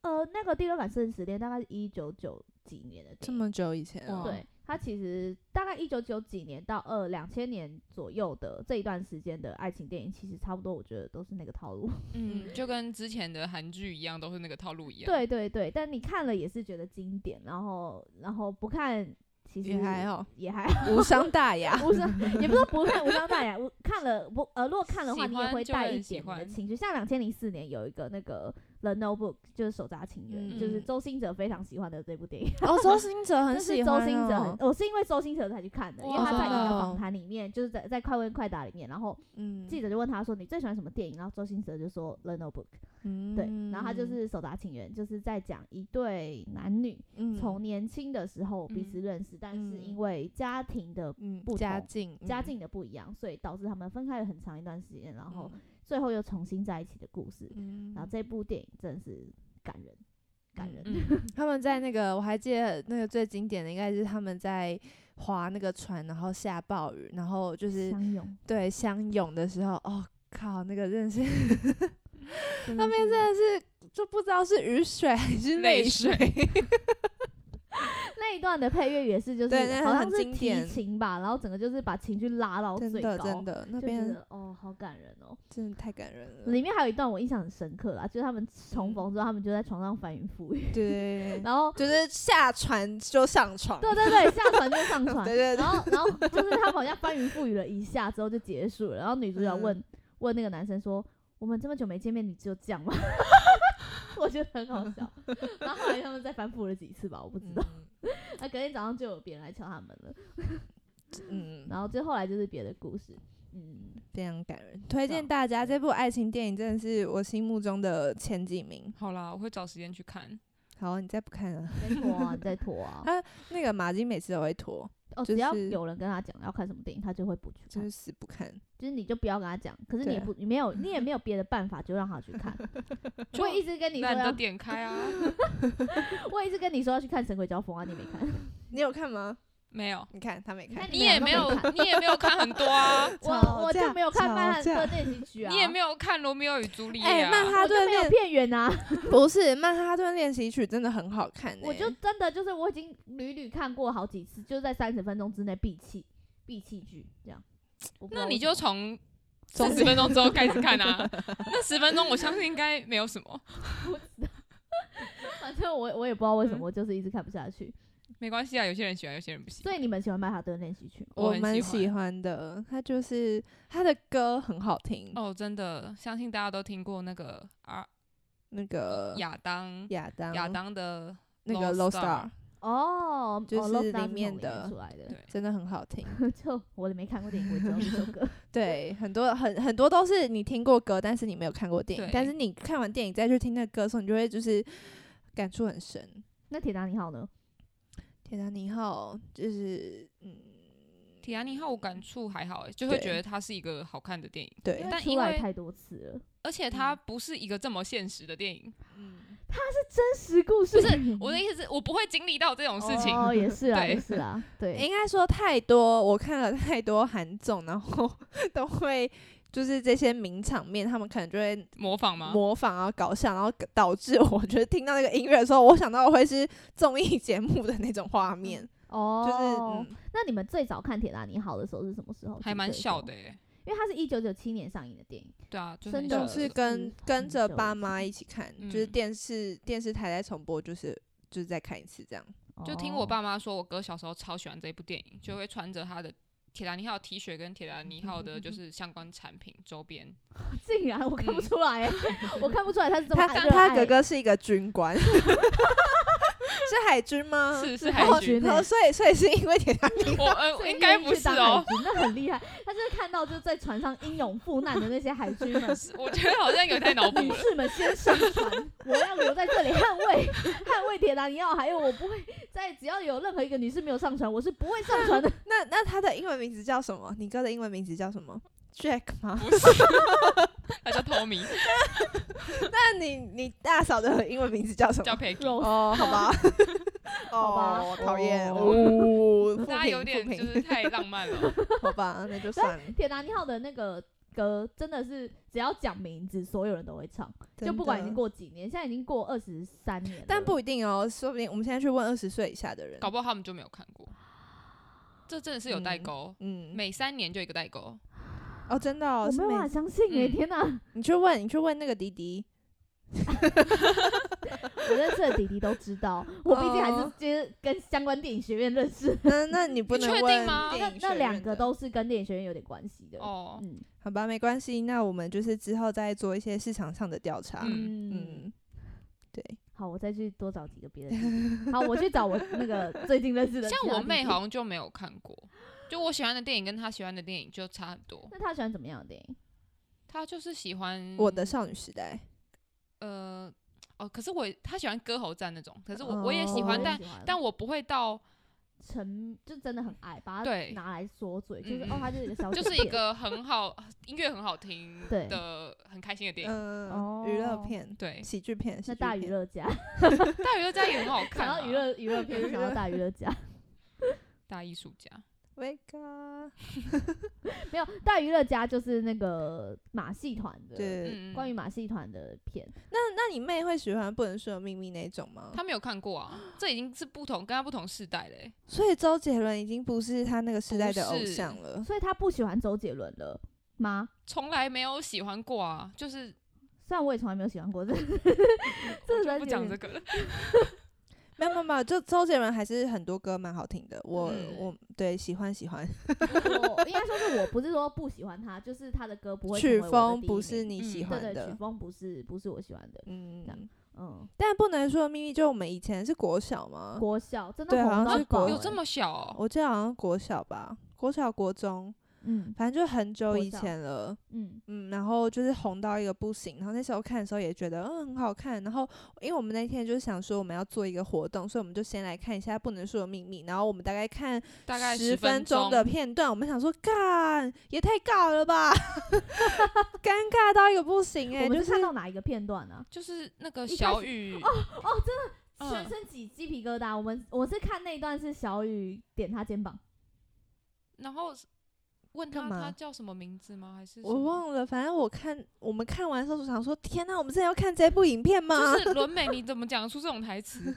Speaker 3: 呃，那个《第六感生死恋》大概是一九九几年的电影，
Speaker 2: 这么久以前、哦，
Speaker 1: 哇
Speaker 3: 对，它其实大概一九九几年到二两千年左右的这一段时间的爱情电影，其实差不多，我觉得都是那个套路。
Speaker 1: 嗯，就跟之前的韩剧一样，都是那个套路一样。，
Speaker 3: *laughs* 对对对，但你看了也是觉得经典，然后然后不看其实
Speaker 2: 也
Speaker 1: 嗯
Speaker 2: 还好，
Speaker 3: 也还
Speaker 2: 无伤大雅。
Speaker 3: 无伤，也不是说不看无伤大雅，我看了不呃，如果看的话，
Speaker 1: 喜
Speaker 3: 你也
Speaker 1: 欢
Speaker 3: 会
Speaker 1: 就
Speaker 3: 带
Speaker 1: 会
Speaker 3: 一
Speaker 1: 喜
Speaker 3: 点你的
Speaker 1: 欢
Speaker 3: 情绪。像两千零四年有一个那个《The Notebook》，就是手札情缘，就是
Speaker 1: 嗯
Speaker 3: 周星哲非常喜欢的这部电影。
Speaker 2: 哦，周星哲很
Speaker 3: 这是
Speaker 2: 喜
Speaker 3: 周
Speaker 2: 欢、哦、
Speaker 3: 星哲很，我是因为周星哲才去看的，因为
Speaker 1: 哇
Speaker 3: 他在一个
Speaker 2: 真的哦
Speaker 3: 访谈里面，就是在在快问快答里面，然后
Speaker 2: 嗯
Speaker 3: 记者就问他说你最喜欢什么电影，然后周星哲就说《The Notebook》，
Speaker 2: 嗯
Speaker 3: 对，然后他就是手札情缘，就是在讲一对男女从年轻的时候彼此认识，但是
Speaker 2: 嗯
Speaker 3: 因为家庭的
Speaker 2: 嗯
Speaker 3: 不
Speaker 2: 家
Speaker 3: 同
Speaker 2: 境
Speaker 3: 家
Speaker 2: 嗯
Speaker 3: 境的不一样，所以导致他们分开了很长一段时间，然后
Speaker 2: 嗯
Speaker 3: 最后又重新在一起的故事。
Speaker 2: 嗯
Speaker 3: 然后这部电影真的是感人，感人。 *laughs*
Speaker 1: 嗯，
Speaker 2: 他们在那个我还记得那个最经典的应该是他们在划那个船，然后下暴雨，然后就是
Speaker 3: 相拥，
Speaker 2: 对相拥的时候，哦靠，那个真的是
Speaker 3: 那边 *laughs* 真的是
Speaker 2: 就不知道是雨水还是
Speaker 1: 泪
Speaker 2: 泪水，
Speaker 3: 那一段的配乐也是，就是
Speaker 2: 对那
Speaker 3: 好像
Speaker 2: 很
Speaker 3: 是
Speaker 2: 经
Speaker 3: 提
Speaker 2: 典
Speaker 3: 琴吧，然后整个就是把情绪拉到
Speaker 2: 真
Speaker 3: 最高，
Speaker 2: 的真的那
Speaker 3: 就觉
Speaker 2: 边
Speaker 3: 得哦，好感人哦。
Speaker 2: 真的太感人了，
Speaker 3: 里面还有一段我印象很深刻啦，就是他们重逢之后，他们就在床上翻云覆雨， *laughs*
Speaker 2: 对，
Speaker 3: 然后
Speaker 2: 就是下船就上床，
Speaker 3: 对对对，下船就上船，
Speaker 2: *laughs* 对对对
Speaker 3: 然后然后就是他们好像翻云覆雨了一下之后就结束了，然后女主角
Speaker 2: 嗯
Speaker 3: 问、问那个男生说：“我们这么久没见面，你就这样吗？” *laughs* 我觉得很好笑。然后后来他们再反复了几次吧，我不知
Speaker 2: 嗯
Speaker 3: 道。那、隔天早上就有别人来敲他们了，
Speaker 2: 嗯，嗯，
Speaker 3: 然后最后来就是别的故事。嗯，
Speaker 2: 非常感人，推
Speaker 3: 对啊
Speaker 2: 荐大家这部爱情电影，真的是我心目中的前几名。
Speaker 1: 好啦，我会找时间去看。
Speaker 2: 好，你再不看了，，
Speaker 3: 再拖 *laughs* 啊，你再拖啊
Speaker 2: *laughs* 那个马金每次都会拖，
Speaker 3: 哦，
Speaker 2: 就
Speaker 3: 只要
Speaker 2: 是
Speaker 3: 有人跟他讲要看什么电影，他就会不去
Speaker 2: 就
Speaker 3: 看
Speaker 2: 是，死不看。
Speaker 3: 就是你就不要跟他讲，可是你也
Speaker 2: 对啊
Speaker 3: 不，你没有，你也没有别的办法，就让他去
Speaker 2: *laughs*
Speaker 3: 看。我也一直跟你说
Speaker 1: 那你都，
Speaker 3: 要
Speaker 1: 点开
Speaker 3: *laughs*
Speaker 1: 啊，
Speaker 3: 我也一直跟你说要去看《神鬼交锋》啊，你没看，
Speaker 2: 你有看吗？
Speaker 1: 没有，
Speaker 2: 你看他没
Speaker 3: 你看
Speaker 2: 看，
Speaker 1: 你也没有，你也没有看很多
Speaker 3: *laughs*
Speaker 1: 啊，
Speaker 3: 我我就没有看《
Speaker 2: 吵
Speaker 3: 曼哈
Speaker 2: 架
Speaker 3: 顿练习曲》
Speaker 1: *laughs*
Speaker 3: 啊，
Speaker 1: 你也没有看《罗密欧与朱丽
Speaker 2: 哎
Speaker 1: 叶》
Speaker 2: 曼
Speaker 1: 啊。
Speaker 2: 哈
Speaker 3: 我就
Speaker 2: 顿
Speaker 3: 没有
Speaker 2: 练
Speaker 3: 片源啊，
Speaker 2: 不是《曼哈顿练习曲》真的很好看、欸，
Speaker 3: 我就真的就是我已经屡屡看过好几次，就在三十分钟之内闭气闭气剧这样。我不知道
Speaker 1: 那你
Speaker 3: 为什
Speaker 1: 就
Speaker 3: 么
Speaker 1: 从四十分钟之后开始看啊。那十分钟我相信应该没有什么，
Speaker 3: 反正我我也不知道为什
Speaker 1: 嗯
Speaker 3: 么，我就是一直看不下去。
Speaker 1: 没关系啊。有些人喜欢，有些人不喜
Speaker 3: 所
Speaker 1: 欢。
Speaker 3: 以你们喜欢曼哈顿练习曲吗？
Speaker 1: 我很
Speaker 2: 蛮
Speaker 1: 喜欢
Speaker 2: 喜欢的。他就是他的歌很好听，
Speaker 1: 哦，真的，相信大家都听过那个啊
Speaker 2: 那个
Speaker 1: 亚当
Speaker 2: 呃亚当
Speaker 1: 亚当的
Speaker 2: 那个 Low
Speaker 1: Lost
Speaker 2: Star
Speaker 3: 哦，
Speaker 2: 就
Speaker 3: 哦
Speaker 2: 是
Speaker 3: Love
Speaker 2: 里
Speaker 3: Star 从
Speaker 2: 面
Speaker 3: 里
Speaker 2: 的
Speaker 3: 出来的。
Speaker 1: 对
Speaker 2: 真的很好听。
Speaker 3: *laughs* 就我也没看过电影，我只知道这首
Speaker 1: *laughs*
Speaker 3: 歌。
Speaker 2: 对，很多很很多都是你听过歌，但是你没有看过电影
Speaker 1: 对。
Speaker 2: 但是你看完电影再去听那个歌的时候，你就会就是感触很深。
Speaker 3: 那铁达尼号呢？
Speaker 2: 铁达尼号就是嗯，
Speaker 1: 铁达尼号，我感触还好、欸，就会
Speaker 2: 对
Speaker 1: 觉得它是一个好看的电影，
Speaker 2: 对
Speaker 3: 因，为
Speaker 1: 但
Speaker 3: 出
Speaker 1: 因
Speaker 3: 来
Speaker 1: 为
Speaker 3: 太多次了。
Speaker 1: 而且它不是一个这么现实的电影。
Speaker 2: 嗯，
Speaker 3: 真实故事
Speaker 1: 不是我的意思是，我不会经历到这种事情。
Speaker 3: 哦，也是啊，
Speaker 1: 对
Speaker 3: 也是啊，对。
Speaker 2: 应该说太多，我看了太多韩综，然后 *laughs* 都会就是这些名场面，他们可能就会
Speaker 1: 模仿吗？
Speaker 2: 模仿啊搞笑，然后导致我觉得听到那个音乐的时候，我想到会是综艺节目的那种画面，就是、
Speaker 3: 哦，
Speaker 2: 嗯、
Speaker 3: 那你们最早看《铁达尼号》的时候是什么时候？
Speaker 1: 还蛮小的、
Speaker 3: 记
Speaker 1: 欸，
Speaker 3: 不记得，因为它是一九九七年上映的电影。
Speaker 1: 对啊，就
Speaker 3: 真
Speaker 1: 很
Speaker 3: 的嗯
Speaker 1: 小
Speaker 2: 都
Speaker 1: 的
Speaker 2: 是
Speaker 1: 时候
Speaker 2: 跟跟着
Speaker 3: 久
Speaker 2: 爸
Speaker 3: 了
Speaker 2: 妈一起看，就是
Speaker 1: 嗯
Speaker 2: 电视电视台在重播，就是就是再看一次这样。
Speaker 1: 就听
Speaker 3: 哦
Speaker 1: 我爸妈说，我哥小时候超喜欢这一部电影，就会穿着他的铁达尼号 T 恤跟铁达尼号的就是相关产品周
Speaker 3: *laughs*
Speaker 1: 边。
Speaker 3: 竟然我看不
Speaker 1: 嗯
Speaker 3: 出
Speaker 1: *laughs*
Speaker 3: 来欸，我看不出来他是这么
Speaker 2: 他
Speaker 3: 爱热
Speaker 2: 他
Speaker 3: 爱
Speaker 2: 哥哥是一个军
Speaker 3: *laughs*
Speaker 2: 官，是海军吗？
Speaker 1: 是
Speaker 3: 是
Speaker 1: 是
Speaker 3: 海
Speaker 1: 海
Speaker 2: 哦
Speaker 1: 军，
Speaker 3: 军
Speaker 2: 哦
Speaker 3: 欸
Speaker 2: 所以所以是因为铁达尼
Speaker 1: 我呃
Speaker 3: 这
Speaker 1: 应该
Speaker 3: 愿意
Speaker 1: 不
Speaker 3: 去
Speaker 1: 是
Speaker 3: 当
Speaker 1: 哦。
Speaker 3: 海，军，那很厉害。他就是看到就在船上英勇赴难的那些海军们
Speaker 1: 我觉得好像有点太脑补
Speaker 3: 女 *laughs*
Speaker 1: 了。
Speaker 3: 士们先上船，我要留在这里捍卫 *laughs* 捍卫铁达尼号，还有我不会在只要有任何一个女士没有上船，我是不会上
Speaker 2: *laughs*
Speaker 3: 船的。
Speaker 2: 那那他的英文名字叫什么？你哥的英文名字叫什么？Jack 吗？
Speaker 1: 不是，他叫 Tommy，
Speaker 2: 那你你大嫂的英文名字叫什
Speaker 1: 叫
Speaker 2: 么？
Speaker 1: Peggy。
Speaker 3: 肉
Speaker 2: 哦，好
Speaker 3: *laughs*
Speaker 2: 吧，
Speaker 3: 好吧
Speaker 2: 哦，讨厌
Speaker 3: 哦
Speaker 2: 哦，复
Speaker 1: 大家有
Speaker 2: 评
Speaker 1: 点
Speaker 2: 复
Speaker 1: 就
Speaker 2: 评，
Speaker 1: 是太浪漫了，
Speaker 2: 好吧，那就算
Speaker 3: *laughs*
Speaker 2: 了，
Speaker 3: 铁达尼号的那个歌真的是只要讲名字，所有人都会唱，就不管已
Speaker 2: 真
Speaker 3: 经
Speaker 2: 的。
Speaker 3: 过几年，现在已经过二十三年了，
Speaker 2: 但不一定哦，说不定我们现在去问二十岁以下的人
Speaker 1: 搞，不好他们就没有看过。这真的是有代
Speaker 2: 嗯
Speaker 1: 沟，
Speaker 2: 嗯，
Speaker 1: 每三年就一个代沟。
Speaker 2: 哦，真的哦，
Speaker 3: 我
Speaker 2: 是
Speaker 3: 没有办法
Speaker 2: 每
Speaker 3: 相信哎、
Speaker 1: 嗯
Speaker 3: 天哪！
Speaker 2: 你去问，你去问那个迪迪，
Speaker 3: 我认识的弟弟都知道，
Speaker 2: *laughs*
Speaker 3: 我毕竟还是
Speaker 2: 哦
Speaker 3: 接跟相关电影学院认识，
Speaker 2: *laughs* 那那你不
Speaker 1: 你
Speaker 2: 能
Speaker 1: 确定
Speaker 2: 问
Speaker 1: 吗
Speaker 2: 哦电
Speaker 3: 那
Speaker 2: 影
Speaker 3: 那
Speaker 2: 学
Speaker 3: 两
Speaker 2: 院
Speaker 3: 个
Speaker 2: 的
Speaker 3: 都是跟电影学院有点关系的。
Speaker 1: 哦，
Speaker 3: 嗯
Speaker 2: 好吧，没关系，那我们就是之后再做一些市场上的调查，嗯
Speaker 3: 嗯，
Speaker 2: 对，
Speaker 3: 好，我再去多找几个别的弟弟。好，我去找我
Speaker 1: *laughs*
Speaker 3: 那个最近认识的。
Speaker 1: 像我妹好，像就没有看过，就我喜欢的电影跟她喜欢的电影就差很多。
Speaker 3: 那她喜欢怎么样的电影？
Speaker 1: 她就是喜欢
Speaker 2: 我的少女时代，
Speaker 1: 呃哦，可是我她喜欢歌喉战那种，可是我、
Speaker 2: 哦
Speaker 1: 我也喜欢，
Speaker 2: 我也
Speaker 1: 但但我不会到
Speaker 3: 成就真的很爱，把它
Speaker 1: 对
Speaker 3: 拿来说嘴，就是
Speaker 1: 嗯
Speaker 3: 哦，她就是一个小姐
Speaker 1: 就
Speaker 3: 姐，
Speaker 1: 是一个很好音乐很好听
Speaker 3: 对
Speaker 1: 的很开心的电影。
Speaker 2: 嗯，娱乐
Speaker 3: 哦
Speaker 2: 片、
Speaker 1: 对，
Speaker 2: 喜剧片，喜
Speaker 3: 那
Speaker 2: 剧
Speaker 3: 大娱
Speaker 2: 片，
Speaker 3: 乐家，
Speaker 1: 大娱乐家也很好
Speaker 3: 想
Speaker 1: 看、啊，
Speaker 3: 到娱乐娱乐
Speaker 1: *laughs*
Speaker 3: 片，就想
Speaker 2: 娱
Speaker 3: 到
Speaker 2: 乐
Speaker 3: 大娱乐家，
Speaker 1: 大艺术家，
Speaker 2: 喂哥，
Speaker 3: 没有大娱乐家就是那个马戏团的，
Speaker 2: 对，
Speaker 1: 嗯，
Speaker 3: 关于
Speaker 1: 于
Speaker 3: 马戏团的片。
Speaker 2: 那那你妹会喜欢《不能说的秘密》那种吗？
Speaker 1: 她没有看过啊，这已经是不同跟她不同世代嘞、
Speaker 2: 所以周杰伦已经不是他那个时代的偶
Speaker 1: 不是
Speaker 2: 像了。
Speaker 3: 所以他不喜欢周杰伦了吗？
Speaker 1: 从来没有喜欢过啊，就是
Speaker 3: 虽然我也从来没有喜欢过这，
Speaker 1: 我
Speaker 3: 这
Speaker 1: 就
Speaker 3: 人
Speaker 1: 不
Speaker 3: 有
Speaker 1: 讲
Speaker 3: 点
Speaker 1: 这个了。
Speaker 2: 没有没有没有，就周杰伦还是很多歌蛮好听的。我、
Speaker 1: 嗯
Speaker 2: 我对喜欢喜欢，
Speaker 3: 我应该说是我不是说不喜欢他，就是他的歌不会成为
Speaker 2: 曲
Speaker 3: 我的
Speaker 2: 风
Speaker 3: 第一
Speaker 2: 不是
Speaker 3: 名
Speaker 2: 你喜
Speaker 1: 嗯
Speaker 2: 欢
Speaker 3: 对对，曲
Speaker 2: 的。
Speaker 3: 风不是不是我喜欢的，这样
Speaker 2: 嗯，
Speaker 3: 嗯，
Speaker 2: 但不能说的秘密，就我们以前是国小吗？
Speaker 3: 国小真
Speaker 2: 嗯
Speaker 3: 的
Speaker 2: 对
Speaker 3: 红
Speaker 2: 好像
Speaker 3: 到
Speaker 2: 是
Speaker 3: 爆
Speaker 2: 国
Speaker 1: 有
Speaker 3: 欸
Speaker 1: 这么小、哦？
Speaker 2: 我记得好像国小吧，国小国中，
Speaker 3: 嗯
Speaker 2: 反正就很久
Speaker 3: 国
Speaker 2: 以
Speaker 3: 小
Speaker 2: 前了。
Speaker 3: 嗯
Speaker 2: 嗯，然后就是红到一个不行，然后那时候看的时候也觉得嗯很好看，然后因为我们那天就是想说我们要做一个活动，所以我们就先来看一下《不能说的秘密》，然后我们大概看
Speaker 1: 大概
Speaker 2: 十
Speaker 1: 分
Speaker 2: 钟的片段，我们想说干也太尬了吧，
Speaker 3: *laughs*
Speaker 2: 尴尬到一个不行哎、
Speaker 3: 我
Speaker 2: 就
Speaker 3: 们
Speaker 2: 是
Speaker 3: 是看到哪一个片段啊？
Speaker 1: 就是那个
Speaker 3: 一开
Speaker 1: 小
Speaker 3: 始
Speaker 1: 雨
Speaker 3: 哦，真的，全
Speaker 1: 嗯
Speaker 3: 身起鸡皮疙瘩。我们我是看那一段是小雨点他肩膀，
Speaker 1: 然后问
Speaker 2: 干
Speaker 1: 他
Speaker 2: 嘛
Speaker 1: 他叫什么名字吗？还是什
Speaker 2: 我
Speaker 1: 么，
Speaker 2: 忘了，反正我看我们看完的时候就想说天呐，我们真的要看这部影片吗？
Speaker 1: 就是
Speaker 2: *laughs*
Speaker 1: 伦美，你怎么讲出这种台词？